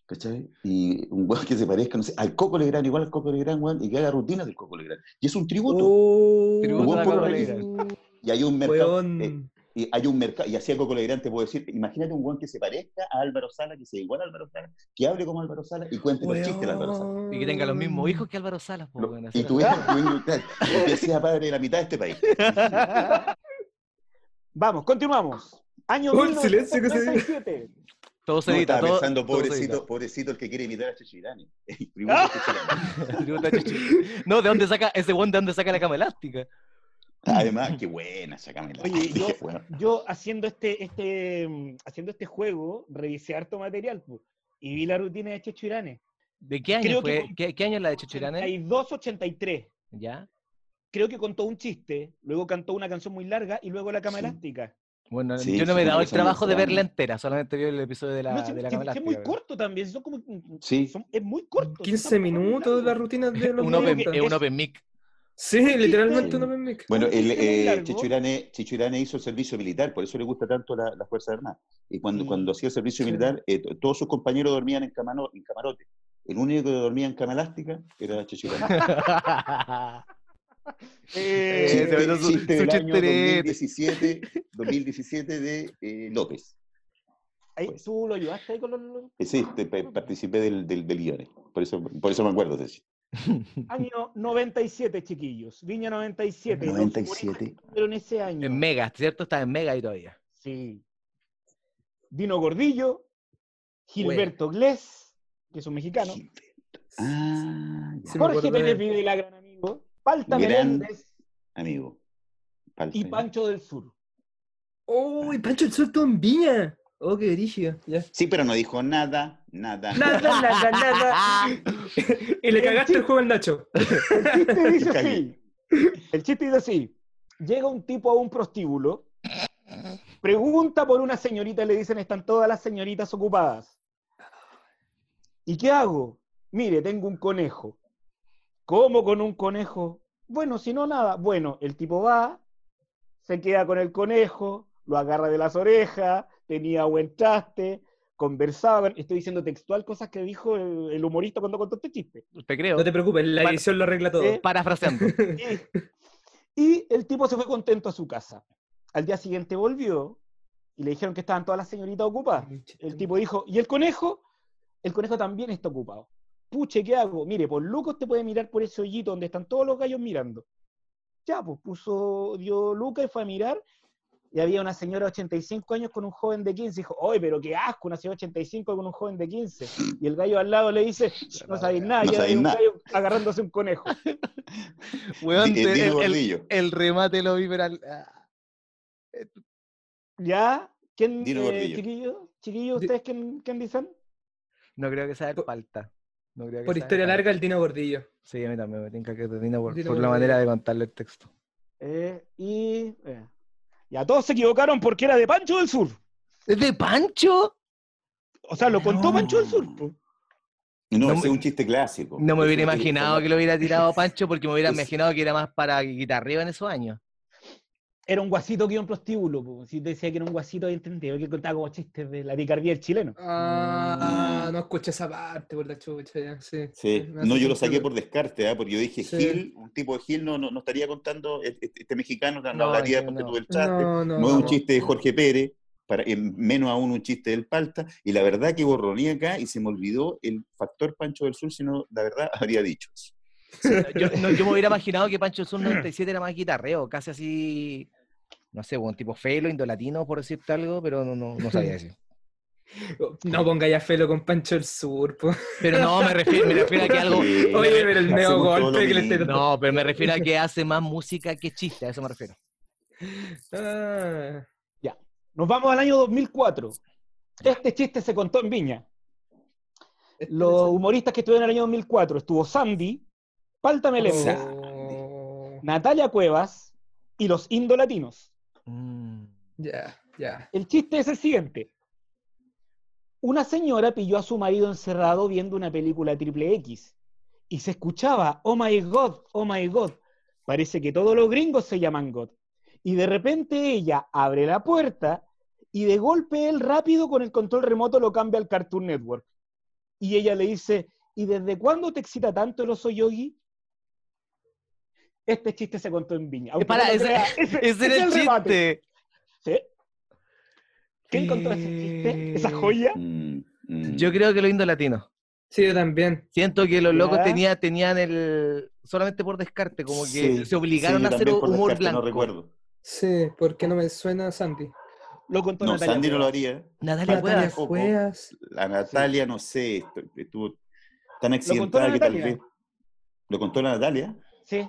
S3: ¿cachai? Y un weón que se parezca, no sé, al Coco Legrand, igual al Coco Legrand, weón, y que haga rutinas del Coco Legrand. Y es un
S2: Uh,
S3: tributo.
S4: Oh,
S2: Tributo
S3: Hubo un
S2: a
S3: puro
S2: Coco
S3: registro.
S2: Legrand.
S3: Y hay un mercado.
S4: weón.
S3: eh, y hay un mercado, y así algo Legrand te puedo decir, imagínate un guan que se parezca a Álvaro Sala, que sea igual a Álvaro Sala, que hable como Álvaro Sala y cuente los chistes de Álvaro Sala.
S2: Y que tenga los mismos hijos que Álvaro Salas. po,
S3: Lo-
S2: weón, así
S3: y
S2: la-
S3: tu hijo, tu hijo, claro, y que sea padre de la mitad de este país.
S1: Vamos, continuamos. Año
S4: Oh, el silencio que se dio.
S1: 1937.
S2: Todo se
S3: No,
S2: edita.
S3: estaba
S2: todo-
S3: pensando,
S2: todo se
S3: pobrecito, pobrecito el que quiere imitar a Chechirani. El primo de Chechirani.
S2: edita. Tributo a Chichi. no, ¿de dónde saca ese weón? ¿De dónde saca la cama elástica?
S3: Ah, Además, qué buena esa cámara.
S1: Oye, yo-
S3: Qué bueno.
S1: Yo haciendo este, este, mm, haciendo este juego, revisé harto material po, y vi la rutina de Checho Irane.
S2: ¿De qué año
S1: Creo que
S2: fue?
S1: con-
S2: ¿Qué, qué año es la de Chichirane?
S1: 82, 83.
S2: ¿Ya?
S1: Creo que contó un chiste, luego cantó una canción muy larga y luego la cama
S3: Sí.
S1: elástica.
S2: Bueno,
S3: Sí,
S2: yo no
S3: sí,
S2: me he dado el
S3: esa me la
S2: trabajo de
S3: jugaron.
S2: verla entera, solamente vi el episodio de la,
S1: No, si-
S2: de la
S1: si- si
S2: cama
S1: es
S2: elástica,
S1: muy
S2: weón.
S1: corto también, son como, mm,
S3: Sí,
S1: son- es muy corto.
S4: 15 minutos
S1: de
S4: las rutinas de los
S2: Un open,
S4: noventas.
S2: es un
S1: es-
S2: open mic. eh,
S4: Sí, literalmente
S3: Sí.
S4: un open mic.
S3: Bueno,
S1: Un
S3: el,
S1: chiste muy
S3: eh,
S1: largo.
S3: Chicho Irane- Chicho Irane hizo el servicio militar, por eso le gusta tanto la, la Fuerza Armada. Y cuando,
S1: Mm.
S3: cuando hacía el servicio
S4: Sí.
S3: militar, eh, to- todos sus compañeros dormían en, camano- en camarote. El único que dormía en cama elástica era Chicho Irane.
S2: Eh,
S3: chiste,
S2: se ve su-
S3: chiste
S2: su
S3: del año
S2: chisterete.
S3: 2017, 2017 de eh, López.
S1: Ahí, ¿Tú lo ayudaste ahí con los- los...
S3: Eh, Sí, te- pa- participé del, del, del guion. Por eso, por eso me acuerdo de eso.
S1: Año 97, chiquillos. Viña 97. los humoristas
S3: 97.
S1: que estuvieron ese año.
S2: en Mega, ¿cierto? Está en Mega ahí todavía.
S1: Sí. Dino Gordillo, Gilberto Glés, que es un mexicano,
S3: Ah, ya,
S4: Sí, me
S1: Jorge
S4: acuerdo de
S1: Pérez
S4: él.
S1: Videla, gran amigo, Palta
S3: Gran-
S1: Meléndez
S3: amigo. Falta
S1: y
S3: ya.
S1: Pancho del Sur.
S4: ¡Uy, Pancho el Suelto en Viña! ¡Oh, qué brillo! Ya.
S3: Sí, pero no dijo nada, nada.
S4: Nada, nada, nada. y le cagaste el juego al Nacho.
S1: El chiste dice
S3: Cagué.
S1: así. El chiste dice así. Llega un tipo a un prostíbulo, pregunta por una señorita y le dicen, están todas las señoritas ocupadas. ¿Y qué hago? Mire, tengo un conejo. ¿Cómo con un conejo? Bueno, si no nada. Bueno, el tipo va, se queda con el conejo, lo agarra de las orejas, tenía buen traste, conversaban. Estoy diciendo textual cosas que dijo el, el humorista cuando contó este chiste.
S2: Te creo.
S4: No te preocupes, la
S2: Bueno,
S4: edición lo arregla todo.
S1: eh,
S2: Parafraseando.
S1: Y el tipo se fue contento a su casa. Al día siguiente volvió y le dijeron que estaban todas las señoritas ocupadas. El tipo dijo, ¿y el conejo? El conejo también está ocupado. Puche, ¿qué hago? Mire, por lucos te puede mirar por ese hoyito donde están todos los gallos mirando. Ya, pues puso, dio lucas y fue a mirar. Y había una señora de 85 años con un joven de 15. Dijo, ¡ay, pero qué asco! Una señora de 85 con un joven de 15. Y el gallo al lado le dice, no sabéis nada,
S3: No
S1: ya
S3: sabéis
S1: hay un
S3: nada.
S1: gallo agarrándose un conejo.
S2: Weón,
S3: Di- eh,
S2: te-
S3: Dino
S2: el, el-
S3: Gordillo.
S2: el remate lo vi, pero al- ah.
S1: ¿Ya? ¿Quién,
S3: Dino
S1: eh,
S3: Gordillo.
S1: chiquillo? ¿Chiquillo,
S4: Di-
S1: ustedes quién, quién dicen?
S2: No creo que sea el
S4: Por-
S2: falta. No creo que
S4: Por
S2: sea
S4: historia
S2: falta.
S4: larga, el Dino Gordillo.
S2: Sí, a mí también me tinca que te Dino por,
S4: Dino
S2: por la
S4: Gordillo.
S2: manera de contarle el texto.
S1: Eh, y... eh, Ya todos se equivocaron porque era de Pancho del Sur.
S2: ¿Es de Pancho?
S1: O sea, lo contó
S3: No.
S1: Pancho del Sur. po.
S3: No,
S2: No
S3: ese
S2: me-
S3: es un chiste clásico.
S2: No me hubiera
S3: Ese- ese-
S2: imaginado que lo hubiera tirado Pancho porque me hubiera
S3: Es-
S2: imaginado que era más para guitarreo en esos años.
S1: Era un guasito que iba a un prostíbulo. po. Si decía que era un guasito, había entendido que contaba como chistes de la picardía del chileno.
S4: Ah, no escuché esa parte por la chucha, ya, sí.
S3: Mm. Sí,
S4: Me hace
S3: no, yo lo
S4: sentido.
S3: saqué por descarte, ¿ah? porque yo dije
S4: Sí.
S3: Gil, un tipo de Gil no, no, no estaría contando, este, este mexicano no,
S2: No,
S3: hablaría
S2: no,
S3: de
S2: no.
S3: tu del Traste,
S4: No, no.
S3: no, es un chiste de Jorge Pérez, para, eh, menos aún un chiste del Palta, y la verdad que borroné acá y se me olvidó el factor Pancho del Sur, si no, la verdad, habría dicho eso.
S2: Yo, no, yo me hubiera imaginado que Pancho Sur 97 era más guitarreo, casi así, no sé, un tipo felo, indolatino, por decirte algo, pero no, no, no sabía eso.
S4: Oh, No pongáis a Felo con Pancho el Sur, po.
S2: Pero no, me refiero, me refiero a que algo.
S3: Sí,
S4: Oye, pero el
S3: Eh, hacemos
S4: neo
S3: todo lo
S4: golpe que le esté
S3: mismo.
S2: No, pero me refiero a que hace más música que chiste, a eso me refiero.
S4: Ah,
S1: Nos vamos al año 2004. Este chiste se contó en Viña. Los humoristas que estuvieron en el año 2004 estuvo Sandy, Palta Meléndez,
S4: oh,
S1: Natalia Cuevas y los indolatinos.
S2: Mm.
S4: Ya, ya.
S1: El chiste es el siguiente. Una señora pilló a su marido encerrado viendo una película triple X y se escuchaba, oh my god, oh my god, parece que todos los gringos se llaman god. Y de repente ella abre la puerta y de golpe él rápido con el control remoto lo cambia al Cartoon Network. Y ella le dice, ¿y desde cuándo te excita tanto el oso yogi? Este chiste se contó en Viña.
S2: Eh,
S1: aunque
S2: para,
S1: no lo
S2: ese-
S1: crea,
S2: Ese era el
S1: remate.
S2: chiste.
S1: ¿Sí? ¿Quién contó ese chiste? ¿Esa joya?
S3: Mm, mm.
S2: Yo creo que lo indolatinos.
S4: Sí, yo también.
S2: Siento que los locos
S1: Ya.
S2: tenía, tenían el. solamente por descarte, como que
S3: Sí,
S2: se obligaron
S3: sí,
S2: a hacer
S3: también por
S2: humor
S3: descarte,
S2: blanco.
S3: No recuerdo.
S4: Sí, porque no me suena Sandy.
S1: Lo contó
S3: No,
S1: Natalia.
S3: Sandy no lo
S1: Cuevas.
S3: haría.
S2: Natalia
S4: Natalia
S2: Cuevas.
S3: Cuevas.
S4: Cuevas.
S3: La Natalia, no sé, est- estuvo
S1: contó
S3: tan
S1: la
S3: accidentada que tal
S1: Natalia.
S3: vez. ¿Lo contó la Natalia?
S1: Sí.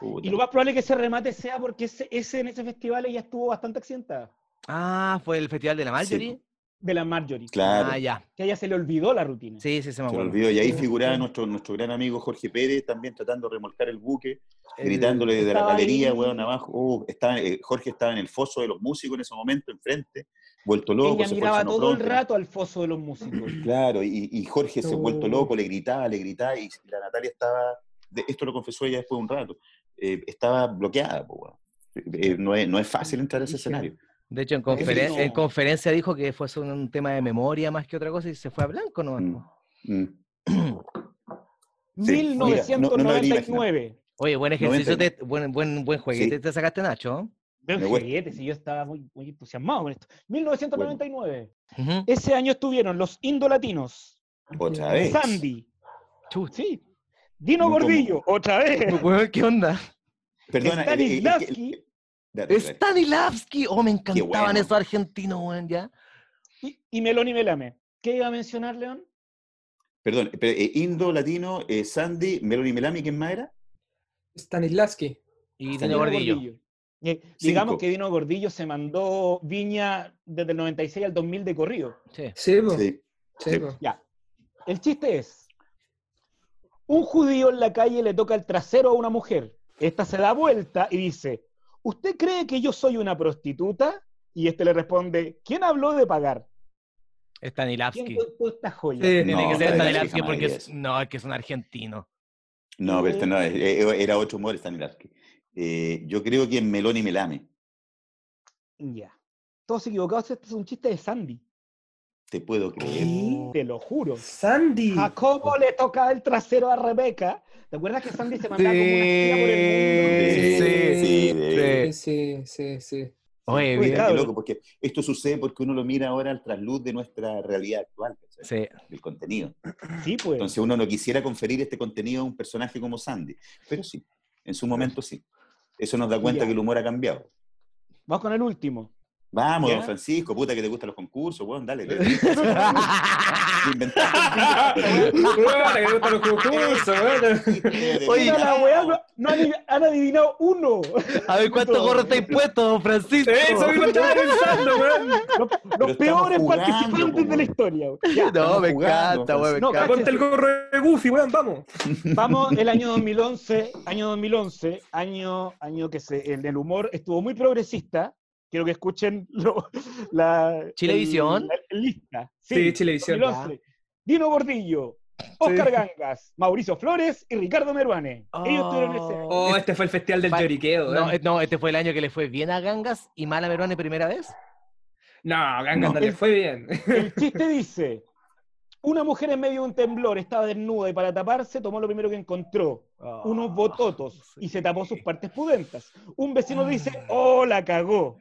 S3: Puta.
S1: Y lo más probable es que ese remate sea porque ese, ese- en ese festival ella estuvo bastante accidentada.
S2: Ah, fue el Festival de la Marjorie.
S1: De la Marjorie.
S3: Claro,
S2: Ah, ya.
S1: Que a ella se le olvidó la rutina.
S2: Sí, sí, se me
S3: se me
S2: acuerdo.
S3: olvidó. Y ahí
S4: Sí,
S3: figuraba
S4: sí.
S3: nuestro, nuestro gran amigo Jorge Pérez también tratando de remolcar el buque,
S2: El-
S3: gritándole desde la
S1: estaba
S3: galería,
S1: ahí.
S3: weón, abajo. Uh, estaba- eh, Jorge estaba en el foso de los músicos en ese momento, enfrente, vuelto loco.
S1: ella
S3: se fue
S1: miraba
S3: al Sano
S1: todo el
S3: Pronto.
S1: rato al foso de los músicos.
S3: Claro, y, y Jorge se ha vuelto
S4: No.
S3: loco, le gritaba, le gritaba, y la Natalia estaba, de- esto lo confesó ella después de un rato, eh, estaba bloqueada. po, weón. Eh, eh, no, es, no es fácil entrar a ese
S4: Brígido.
S3: escenario.
S2: De hecho, en,
S3: Ese
S2: conferen-
S3: no.
S2: en conferencia dijo que fue solo un tema de memoria más que otra cosa y se fue a blanco, ¿no?
S3: Mm, mm. Sí, mira, no- no me habría
S1: 1999.
S2: Oye, buen ejercicio,
S3: 90.
S2: te- buen, buen, buen jueguete
S3: Sí.
S2: te sacaste, Nacho.
S1: Veo
S3: Me cuesta.
S1: juguetes y yo estaba muy, muy entusiasmado con esto. 1999.
S2: Ujú.
S1: Ese año estuvieron los indolatinos.
S3: Otra vez.
S1: Sandy.
S2: Chuta.
S1: Sí. Dino
S3: ¿Cómo?
S1: Gordillo. Otra vez.
S2: Weón, ¿Qué onda?
S3: Perdona, eh, el- el- el-
S1: Stanislavski.
S3: el- dale, dale.
S2: Stanislavski. Oh, me encantaban
S3: bueno.
S2: esos argentinos, weón, ya.
S1: Y, y Meloni Melame. ¿Qué iba a mencionar, León?
S3: Perdón, pero, eh, Indo, Latino, eh, Sandy, Meloni Melami, ¿quién más era?
S4: Stanislavski.
S2: Y
S3: Dino
S2: Dino Gordillo.
S1: Y, eh, digamos
S3: Cinco.
S1: que Dino Gordillo se mandó Viña desde el 96 al 2000 de corrido.
S2: Sí.
S4: Sí, po,
S3: Sí.
S4: sí, po.
S1: Ya. El chiste es, un judío en la calle le toca el trasero a una mujer. Esta se da vuelta y dice, ¿usted cree que yo soy una prostituta? Y este le responde, ¿quién habló de pagar? ¿Quién
S2: Stanislavski.
S1: contó esta joya?
S4: Sí.
S2: Tiene
S3: No,
S2: que ser
S3: Stanislavski
S2: Stanislavski
S3: jamás
S2: porque
S3: diría
S2: es,
S3: eso.
S2: no, es que es un argentino.
S3: No, pero este
S1: Eh.
S3: no, eh, eh, era otro humor Stanislavski. Eh, yo creo que es Meloni Melami.
S1: Ya. Todos equivocados, este es un chiste de Sandy.
S3: Te puedo creer.
S1: Te lo juro.
S4: Sandy.
S1: Jacobo le tocaba el trasero a Rebeca. ¿Te acuerdas que Sandy se mandaba como una espía por el mundo?
S2: Sí,
S3: sí,
S4: sí,
S2: sí.
S4: sí, sí, sí.
S1: Uy,
S2: Oye, bien.
S1: Pues, claro.
S3: Qué loco, porque esto sucede porque uno lo mira ahora al trasluz de nuestra realidad actual, ¿cachai?
S2: Sí.
S3: del contenido.
S1: Sí, pues.
S3: Entonces uno no quisiera conferir este contenido a un personaje como Sandy, pero sí, en su momento sí. Eso nos da cuenta
S1: Ya.
S3: que el humor ha cambiado.
S1: Vamos con el último.
S3: Vamos,
S1: Ya.
S3: don Francisco, puta que te gustan los concursos, weón, dale. dale.
S4: Bueno, que le gustan los concursos, bueno.
S1: Oye, la weá, no, no han, han adivinado uno.
S2: A ver cuánto gorro está impuesto, don Francisco.
S4: Eso mismo estaba pensando, weón.
S1: Los,
S3: Pero
S1: los
S3: estamos
S1: peores
S3: jugando, po,
S1: participantes de la
S3: weón.
S1: historia. Ya,
S2: No,
S3: Estamos
S2: me
S3: jugando,
S2: encanta, weón, me
S1: No,
S2: encanta.
S4: Ponte el gorro de Goofy, weón, vamos.
S1: vamos, el año 2011, año 2011, año, año que se, el del humor estuvo muy progresista. Quiero que escuchen lo- la,
S2: Chilevisión.
S1: el- la lista.
S4: Sí, Chilevisión.
S1: 2011. Dino Gordillo, Oscar Gangas, Mauricio Flores y Ricardo Meruane. Ellos tuvieron ese.
S4: Oh, este fue el festival del
S2: Fa-
S4: lloriqueo,
S2: No,
S4: weón.
S2: eh, no, este fue el año que le fue bien a Gangas y mal a Merone primera vez.
S4: No, Gangas no
S3: No.
S4: le fue bien.
S1: El chiste dice: Una mujer en medio de un temblor estaba desnuda y para taparse tomó lo primero que encontró.
S2: Oh.
S4: Oh,
S1: unos bototos y se tapó sus partes pudentas. Un vecino
S4: Ah.
S1: dice, oh, la cagó.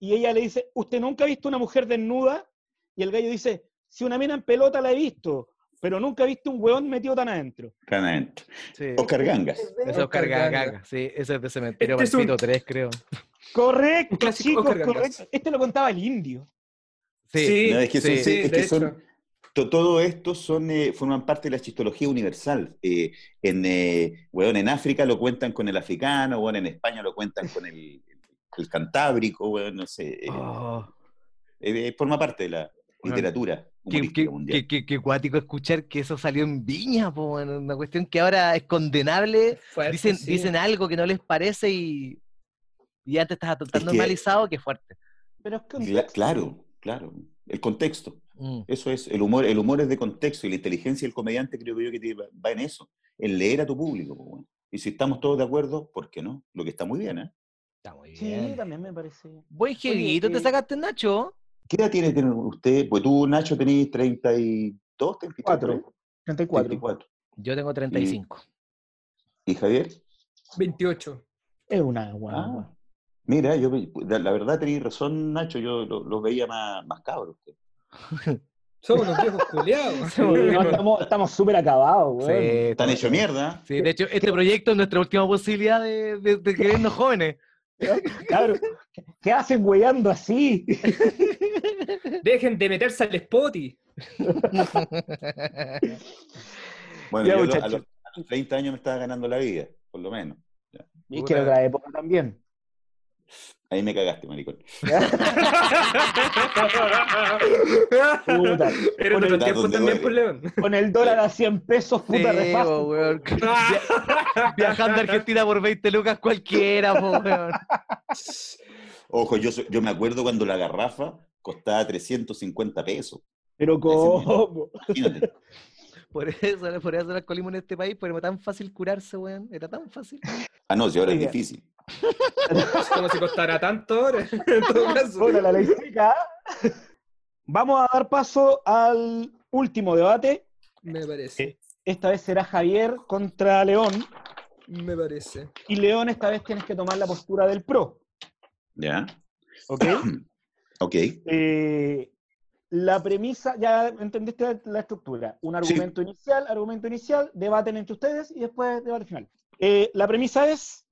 S1: Y ella le dice, ¿usted nunca ha visto una mujer desnuda? Y el gallo dice, si una mina en pelota la he visto, pero nunca he visto un hueón metido tan adentro.
S3: Exactamente.
S1: eh,
S2: Sí.
S3: Oscar Gangas.
S2: Eso es
S4: Oscar
S2: carga,
S4: Ganga.
S2: carga. Sí, eso es de cementerio
S4: Este es un-
S2: Palpito 3, creo.
S1: Correcto,
S4: Un clásico
S1: chicos,
S4: Oscar Gandás.
S1: correcto. Este lo contaba el indio.
S4: Sí,
S3: No, es que son-
S2: sí,
S3: sí, es
S4: de
S3: que son-
S4: hecho.
S3: to- todo esto son, eh, forman parte de la chistología universal. Eh, en, eh, weón, en África lo cuentan con el africano, weón, en España lo cuentan con el, el cantábrico, weón, no sé. eh,
S2: Oh,
S3: eh, forma parte de la
S2: Weón,
S3: literatura
S2: qué,
S3: humorística
S2: qué,
S3: mundial.
S2: qué, qué- qué cuático escuchar que eso salió en Viña, po, bueno, una cuestión que ahora es condenable.
S4: Fuerte,
S2: Dicen,
S4: sí.
S2: dicen algo que no les parece y, y ya te estás tan
S3: que-
S2: normalizado que es fuerte.
S1: Pero es que un
S3: Cla-
S1: texto.
S3: claro, claro. El contexto.
S2: Mm.
S3: Eso es, el humor, el humor es de contexto y la inteligencia del comediante creo yo que te- va en eso, en leer a tu público. po, weón. Y si estamos todos de acuerdo, ¿por qué no? Lo que está muy bien, ¿eh?
S2: Está muy
S1: Sí,
S2: bien.
S1: también me parece.
S2: Buen jeguito te
S1: eh,
S2: sacaste, Nacho.
S3: ¿Qué edad tiene tiene usted? Pues tú, Nacho, tenés 32, 34, ¿eh?
S1: 34.
S3: 34.
S2: Yo tengo 35.
S3: ¿Y Javier?
S4: 28.
S1: Es una
S3: Ah,
S1: guagua.
S3: mira, yo, ve- pues, la la verdad tenéis razón, Nacho, yo lo- los veía más, más cabros. que-
S4: Somos unos viejos culiados.
S1: Sí, no, estamos- estamos súper acabados,
S2: Sí,
S1: weón.
S3: Están hecho mierda.
S2: Sí, de hecho, este proyecto es nuestra última posibilidad de, de, de creernos jóvenes.
S1: Cabros, ¿qué- ¿qué hacen weyando así?
S4: Dejen de meterse al spotty.
S3: ¿eh? Bueno,
S1: Ya,
S3: yo a los- a,
S1: muchachos.
S3: los, a los 30 años me estaba ganando la vida, por lo menos.
S1: Y que otra época también.
S3: Ahí me cagaste, maricón.
S1: Puta.
S4: Pero en
S1: Con
S4: otro
S1: el,
S3: Datos
S4: tiempo
S3: de duele.
S4: también, pues, León.
S1: con el dólar a 100 pesos, puta,
S2: Sí,
S1: refajo.
S2: po, weón. Via- Viajando a Argentina por 20 lucas cualquiera, po, weón.
S3: Ojo, yo, soy- yo me acuerdo cuando la garrafa costaba 350 pesos.
S1: Pero cómo.
S3: Imagínate.
S2: Por eso, por eso el alcoholismo en este país, pero era tan fácil curarse, weón. Era tan fácil.
S3: Ah, no, si ahora es
S1: Oiga.
S3: difícil.
S4: Es como si costara tanto ahora. En todo caso.
S1: Hola, la ley seca. Vamos a dar paso al último debate.
S4: Me parece.
S1: Esta vez será Javier contra León.
S4: Me parece.
S1: Y León, esta vez tienes que tomar la postura del pro.
S3: ¿Ya?
S1: ¿Ok?
S3: Ok.
S1: Eh, la premisa, ya entendiste la, la estructura. Un argumento inicial, argumento inicial, debaten entre ustedes y después debate final. Eh, la premisa es,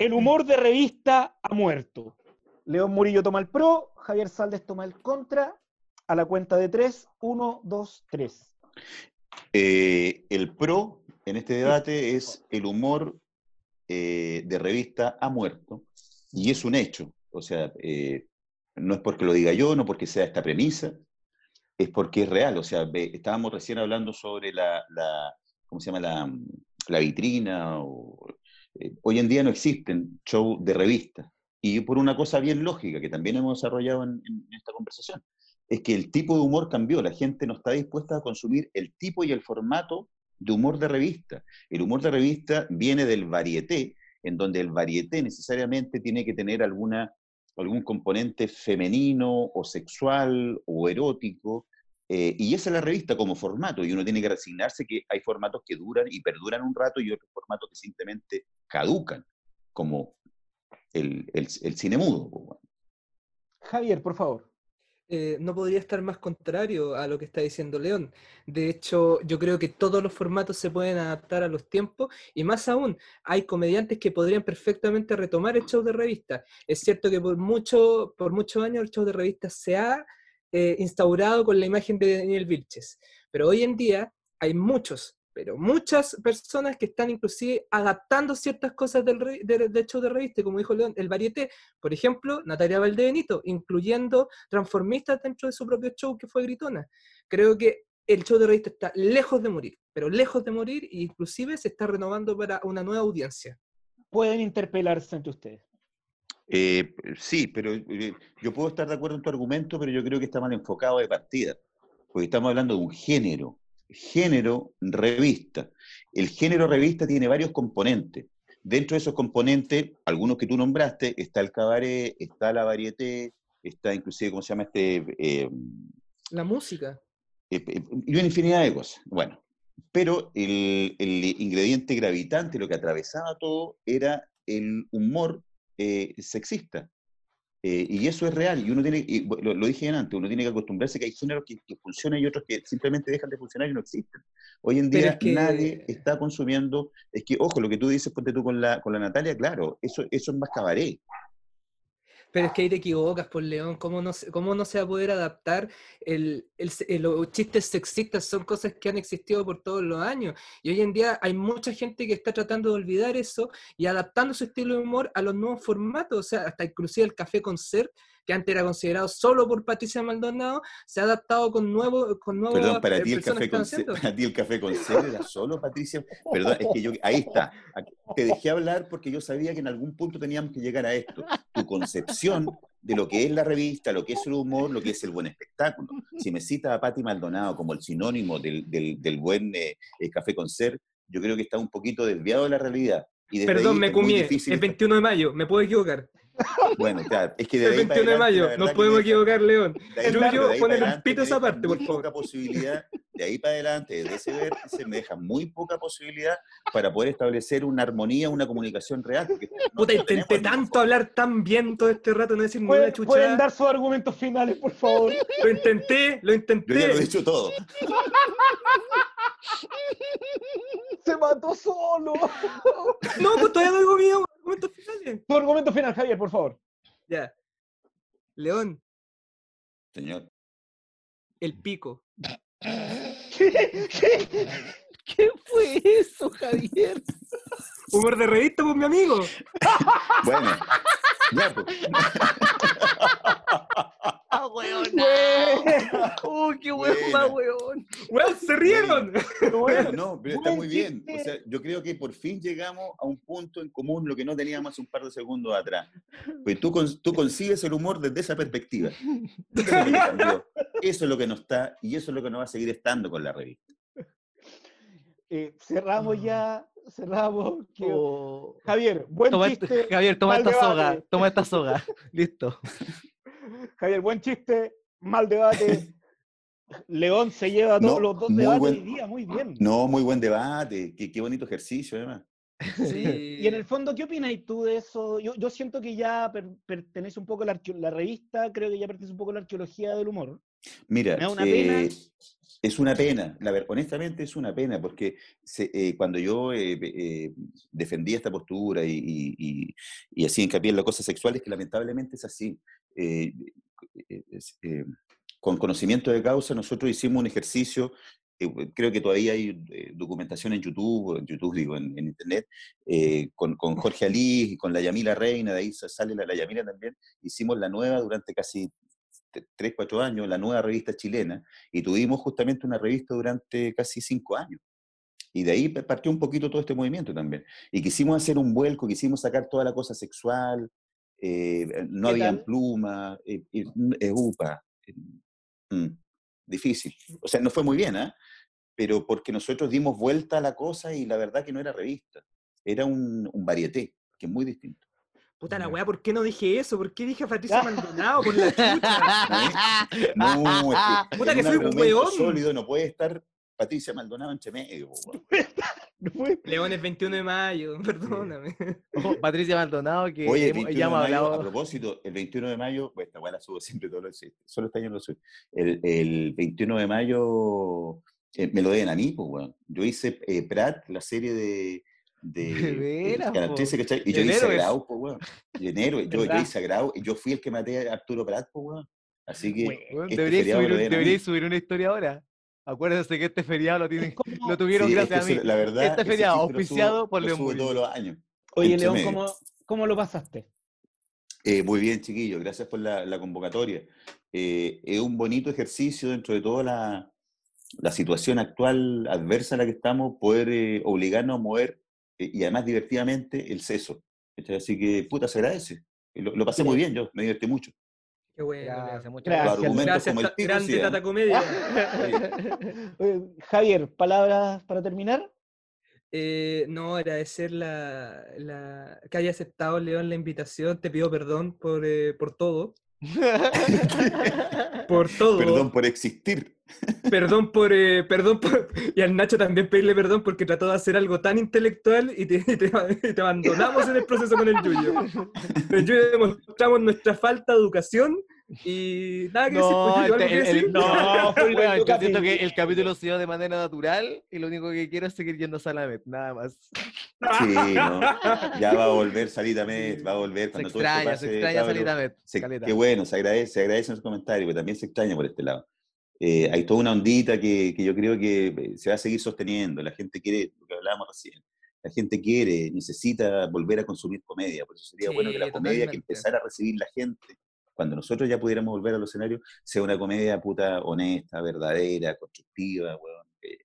S1: el humor de revista ha muerto. León Murillo toma el pro, Javier Saldes toma el contra, a la cuenta de tres, uno, dos, tres.
S3: Eh, el pro en este debate es el humor eh, de revista ha muerto y es un hecho. O sea, eh, no es porque lo diga yo, no porque sea esta premisa, es porque es real. O sea, ve- estábamos recién hablando sobre la, la- ¿cómo se llama? La, mm, la vitrina. o- eh, hoy en día no existen shows de revista. Y por una cosa bien lógica que también hemos desarrollado en- en esta conversación es que el tipo de humor cambió. La gente no está dispuesta a consumir el tipo y el formato de humor de revista. El humor de revista viene del varieté, en donde el varieté necesariamente tiene que tener alguna, algún componente femenino o sexual o erótico. eh, y esa es la revista como formato, y uno tiene que resignarse que hay formatos que duran y perduran un rato y otros formatos que simplemente caducan, como el, el, el cine mudo. po, weón.
S1: Javier, por favor.
S4: Eh, no podría estar más contrario a lo que está diciendo León. De hecho, yo creo que todos los formatos se pueden adaptar a los tiempos y más aún, hay comediantes que podrían perfectamente retomar el show de revista. Es cierto que por, mucho, por muchos años el show de revista se ha eh, instaurado con la imagen de Daniel Vilches, pero hoy en día hay muchos, pero muchas personas que están inclusive adaptando ciertas cosas del, re- del- del show de revista, como dijo León, el varieté. Por ejemplo, Natalia Valdebenito, incluyendo transformistas dentro de su propio show que fue Gritona. Creo que el show de revista está lejos de morir, pero lejos de morir e inclusive se está renovando para una nueva audiencia.
S1: Pueden interpelarse entre ustedes.
S3: Eh, sí, pero eh, yo puedo estar de acuerdo en tu argumento, pero yo creo que está mal enfocado de partida, porque estamos hablando de un género, género revista. El género revista tiene varios componentes. Dentro de esos componentes, algunos que tú nombraste, está el cabaret, está la varieté, está inclusive, ¿cómo se llama este? Eh,
S4: La música.
S3: eh, eh, y una infinidad de cosas. Bueno, pero el, el ingrediente gravitante, lo que atravesaba todo, era el humor eh, sexista. Eh, y eso es real, y uno tiene, y bu- lo, lo dije antes, uno tiene que acostumbrarse que hay géneros que, que funcionan y otros que simplemente dejan de funcionar y no existen. Hoy en
S4: Pero
S3: día
S4: es que-
S3: nadie está consumiendo, es que, ojo, lo que tú dices, ponte tú con la, con la Natalia, claro, eso, eso es más cabaret.
S4: Pero es que ahí te equivocas, por León. ¿Cómo no, se- ¿Cómo no se va a poder adaptar? El, el se- el- los chistes sexistas son cosas que han existido por todos los años. Y hoy en día hay mucha gente que está tratando de olvidar eso y adaptando su estilo de humor a los nuevos formatos. O sea, hasta inclusive el café concert, que antes era considerado solo por Patricia Maldonado, se ha adaptado con nuevo con nuevos
S3: Perdón, para
S4: eh,
S3: ti el café
S4: personas que están
S3: con
S4: haciendo.
S3: para ti el café con sed era solo, Patricia. Perdón, es que yo ahí está. Aquí- Te dejé hablar porque yo sabía que en algún punto teníamos que llegar a esto. Tu concepción de lo que es la revista, lo que es el humor, lo que es el buen espectáculo. Si me citas a Pati Maldonado como el sinónimo del, del- del buen eh, eh, café con ser, yo creo que está un poquito desviado de la realidad. Y desde
S4: Perdón,
S3: ahí
S4: me
S3: es muy
S4: cumié.
S3: difícil
S4: El 21 de mayo, me puedo equivocar.
S3: Bueno, claro, es que de
S4: El
S3: ahí para
S4: 21 de
S3: adelante, la
S4: mayo,
S3: verdad
S4: nos
S3: que
S4: podemos
S3: me-
S4: equivocar, León.
S3: de ahí
S4: Yo-
S3: para-
S4: yo
S3: de ahí
S4: poner
S3: para
S4: un
S3: adelante
S4: pito
S3: me
S4: esa
S3: deja muy
S4: parte, por favor.
S3: poca posibilidad, de ahí para adelante, desde ese vértice me deja muy poca posibilidad para poder establecer una armonía, una comunicación real. porque
S4: Puta,
S3: no tenemos
S4: intenté
S3: el mismo
S4: tanto hablar tan bien todo este rato, no decir ni una
S1: ¿Pueden,
S4: chucha.
S1: pueden dar sus argumentos finales, por favor.
S4: Lo intenté,
S3: fondo. Yo ya
S4: lo
S3: lo he
S4: intenté.
S3: dicho todo.
S1: Se mató solo.
S4: No, pues todavía no digo mío, argumentos finales.
S1: Tu argumento final, Javier, por favor.
S4: Ya. León,
S3: Señor,
S4: el pico.
S2: ¿Qué fue eso, Javier?
S4: Humor de revista con mi amigo.
S3: bueno, ya, pues,
S2: ¡Ah, weón! ¡Oh, qué
S3: Buena.
S2: weón más weón!
S4: Weón, se rieron.
S3: bueno, no, pero está
S1: buen
S3: muy bien. O
S1: chiste.
S3: sea, yo creo que por fin llegamos a un punto en común, lo que no teníamos hace un par de segundos atrás. Pues tú, con- tú concibes el humor desde esa perspectiva. Eso es lo que cambió, eso es lo que no está y eso es lo que no va a seguir estando con la revista.
S1: Eh, cerramos ya, cerramos. que-
S2: Oh.
S1: Javier, buen
S2: Toma este-
S1: chiste.
S2: Javier, toma
S1: mal
S2: esta
S1: debate.
S2: soga, toma esta soga. Listo.
S1: Javier, buen chiste, mal debate. León se lleva todos
S3: No,
S1: los dos
S3: muy
S1: debates
S3: buen-
S1: hoy día, muy bien.
S3: No, muy buen debate, qué, qué bonito ejercicio además.
S1: Y en el fondo, ¿qué opinas tú de eso? Yo, yo siento que ya per- pertenece un poco a la, arqueo- la revista, creo que ya pertenece un poco a la arqueología del humor.
S3: Mira,
S1: Me da una
S3: eh,
S1: pena.
S3: es una pena, la ver- honestamente es una pena, porque se- eh, cuando yo eh, pe- eh, defendía esta postura y, y- y- y hacía hincapié en las cosas sexuales, que lamentablemente es así, eh, eh, es- eh, con conocimiento de causa nosotros hicimos un ejercicio, eh, bu- creo que todavía hay eh, documentación en YouTube, o en YouTube digo, en, en Internet, eh, con, con Jorge Alí y con la Yamila Reina, de ahí sa- sale la, la Yamila también, hicimos la nueva durante casi te- tres, cuatro años, la nueva revista chilena, y tuvimos justamente una revista durante casi cinco años. Y de ahí pa- partió un poquito todo este movimiento también. Y quisimos hacer un vuelco, quisimos sacar toda la cosa sexual, eh, no
S1: ¿Qué
S3: habían
S1: tal?
S3: plumas, eh, eh, n- eh, upa. eh, mm, difícil. O sea, no fue muy bien, ¿ah? Pero porque nosotros dimos vuelta a la cosa y la verdad que no era revista, era un, un varieté, que es muy distinto.
S4: Puta la weá, ¿por qué no dije eso? ¿por qué dije a Patricia Maldonado? Por la chucha.
S3: ¿Eh? No, es que,
S4: Puta
S3: en
S4: que
S3: un
S4: soy un
S3: argumento
S4: weón.
S3: sólido no puede estar Patricia Maldonado entre medio. po, weón.
S1: No fue-
S4: León es 21 de mayo, perdóname.
S2: Oh, Patricia Maldonado, que
S3: Oye, el
S2: hemos-
S3: 21
S2: ya
S3: de
S2: hemos
S3: mayo, a
S2: hablado.
S3: propósito, el 21 de mayo, bueno, esta weá la subo siempre todos los solo este año lo subo. El, el 21 de mayo eh, me lo deben a mí, pues, weón. Yo hice eh, Pratt, la serie de. De,
S2: De veras,
S3: Canal
S2: po.
S3: 13, ¿cachai? Y yo
S2: El
S3: hice a
S2: héroe.
S3: Grau, pues, weón. Y enero, yo, yo
S1: ¿Verdad?
S3: hice a Grau, y yo fui el que maté a Arturo Pratt, pues, weón. Así que.
S1: Bueno,
S2: Weón,
S3: este
S2: deberíais
S3: feriado
S2: subir,
S3: lo
S2: un-
S3: deben a mí.
S2: deberíais subir una historia ahora. Acuérdense que este feriado lo, tienen,
S1: ¿cómo-
S2: lo tuvieron
S3: Sí, es
S2: gracias
S3: que
S2: a
S3: eso,
S2: mí.
S3: La verdad,
S2: Este
S3: ese
S2: feriado,
S3: chiste lo subo-
S2: auspiciado por
S3: lo
S2: León
S3: subo
S2: Murillo.
S3: todos los años.
S1: Oye,
S3: entre
S1: León,
S3: medio.
S1: ¿cómo, ¿cómo lo pasaste?
S3: Eh, muy bien, chiquillos, gracias por la, la convocatoria. Eh, es un bonito ejercicio dentro de toda la, la situación actual adversa en la que estamos, poder eh, obligarnos a mover eh, y además divertidamente el seso. ¿cachai? Así que, puta, se agradece. Eh, Lo, lo pasé muy bien yo, me divertí mucho.
S4: Qué weá.
S2: Gracias, muchas
S3: Los
S1: Gracias.
S3: argumentos
S4: Gracias,
S3: como el
S4: ta-
S3: pico, sí,
S4: grande
S3: ¿eh?
S4: Tata Comedia.
S1: Oye, Javier, palabras para terminar.
S4: Eh, no, agradecer la, la- que haya aceptado, León, la invitación. Te pido perdón por, eh, por todo. Por todo.
S3: Perdón por existir.
S4: Perdón por, eh, perdón por- Y al Nacho también pedirle perdón porque trató de hacer algo tan intelectual y te, y te- y te abandonamos en el proceso con el Yuyo. Con el Yuyo demostramos nuestra falta de educación Y nada que
S2: No,
S4: decir, pues,
S2: el-
S4: yo algo que
S2: el-
S4: decir.
S2: no,
S1: Fulvio,
S2: weón, yo
S1: Lucas,
S2: siento
S1: sí.
S2: que el capítulo se dio de manera natural y lo único que quiero es seguir yendo a Salamet, nada más.
S3: Sí, ¿no? Ya va a volver Salita Met, va a volver
S2: Se
S3: cuando todo
S2: extraña,
S3: esto
S2: se
S3: pase,
S2: extraña
S3: cabrón.
S2: Salamet.
S3: Se-
S2: caleta.
S3: qué bueno, se agradece, se agradecen los comentarios, pero también se extraña por este lado. Eh, hay toda una ondita que, que yo creo que eh, se va a seguir sosteniendo. La gente quiere, lo que hablábamos recién, la gente quiere, necesita volver a consumir comedia. Por eso sería
S4: Sí,
S3: bueno que la comedia que
S4: totalmente.
S3: empezara a recibir la gente, cuando nosotros ya pudiéramos volver a los escenarios, sea una comedia puta honesta, verdadera, constructiva, weón, eh,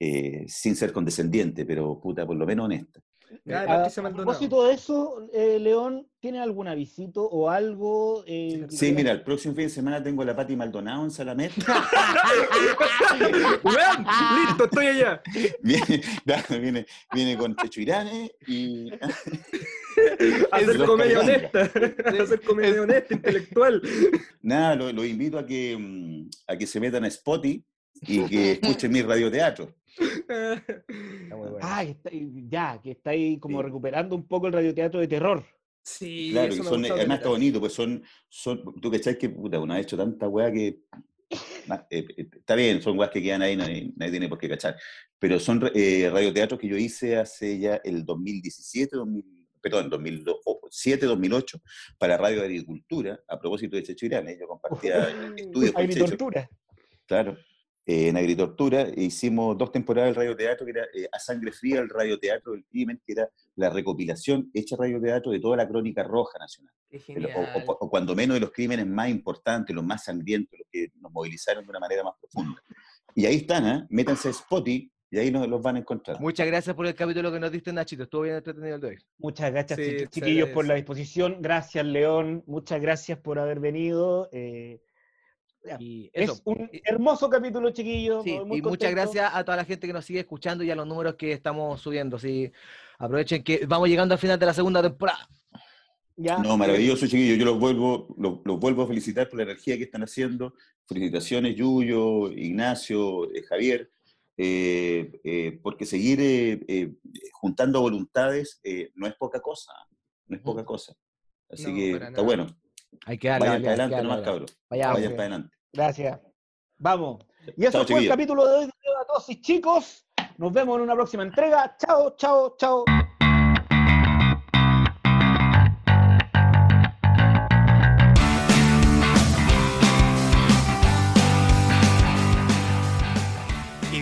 S3: eh, sin ser condescendiente, pero puta, por lo menos honesta.
S4: Claro,
S1: Ah, A,
S4: Patricia
S1: a
S4: Maldonado.
S1: propósito de eso, eh, León, ¿tiene algún avisito o algo? eh, que
S3: Sí,
S1: quieras
S3: mira, el próximo fin de semana tengo a la Pati Maldonado en Salamet.
S4: Weón,
S1: ah.
S4: listo, estoy allá.
S3: Viene, claro, viene, viene con Chechuirane y.
S4: Hacer
S3: los
S4: comedia
S3: caricaturas.
S4: honesta. Hacer comedia honesta, intelectual.
S3: Nada, lo- los invito a que, mm, a que se metan a Spotty y que escuchen mi radioteatro.
S2: Está muy bueno.
S1: Ah, que está- ya, que está ahí como
S3: Sí.
S1: recuperando un poco el radioteatro de terror.
S4: Sí,
S3: claro,
S4: eso
S3: y
S4: me
S3: son,
S4: gustó,
S3: además está
S4: caleta.
S3: bonito, pues son. son Tú cachás que puta, uno ha hecho tanta weá que. na- eh, eh, está bien, son weas que quedan ahí, nadie, nadie tiene por qué cachar. Pero son eh, radioteatros que yo hice hace ya el 2017, 2000, perdón, 2007, 2008, para Radio Agricultura, a propósito de Chechuirane. Yo compartía el estudio con
S1: Hay
S3: Checho.
S1: tortura.
S3: Claro. Eh, en Agritortura hicimos dos temporadas del radioteatro, que era eh, A Sangre Fría, el radioteatro del crimen, que era la recopilación hecha radioteatro de toda la crónica roja nacional.
S4: Qué
S3: De lo- o-
S4: genial.
S3: o, o cuando menos de los crímenes más importantes, los más sangrientos, los que nos movilizaron de una manera más profunda. Y ahí están, ¿eh? métanse a Spotty y ahí nos, los van a encontrar.
S2: Muchas gracias por el capítulo que nos diste, Nachito. Estuvo bien entretenido el de hoy.
S1: Muchas gracias,
S4: Sí,
S1: chiqui-
S4: se
S1: chiquillos, por
S4: agradece.
S1: la disposición. Gracias, León. Muchas gracias por haber venido. eh, Ya.
S2: Y eso.
S1: es un
S2: Y-
S1: hermoso capítulo, chiquillos.
S2: Sí,
S1: muy
S2: y muchas
S1: contento.
S2: gracias a toda la gente que nos sigue escuchando y a los números que estamos subiendo. Sí, aprovechen que vamos llegando al final de la segunda temporada.
S4: Ah,
S1: Ya.
S3: No, maravilloso, chiquillos. Yo los vuelvo, los, los vuelvo a felicitar por la energía que están haciendo. Felicitaciones, Yuyo, Ignacio, eh, Javier, eh, eh, porque seguir eh, eh, juntando voluntades eh, no es poca cosa. No es poca cosa. Así
S4: Mm. No,
S3: que
S4: para
S3: está
S4: nada.
S3: bueno.
S2: Hay que darle.
S3: Vayan para
S2: hay que
S3: adelante
S2: darle,
S3: nomás,
S2: hay que darle.
S3: cabros.
S2: Vaya,
S3: Vayan
S1: pues.
S3: para adelante.
S1: Gracias. Vamos. Y eso
S3: Chao,
S1: fue el
S3: chiquillos.
S1: capítulo de hoy de Debatosis, chicos. Nos vemos en una próxima entrega. Chao, chao, chao.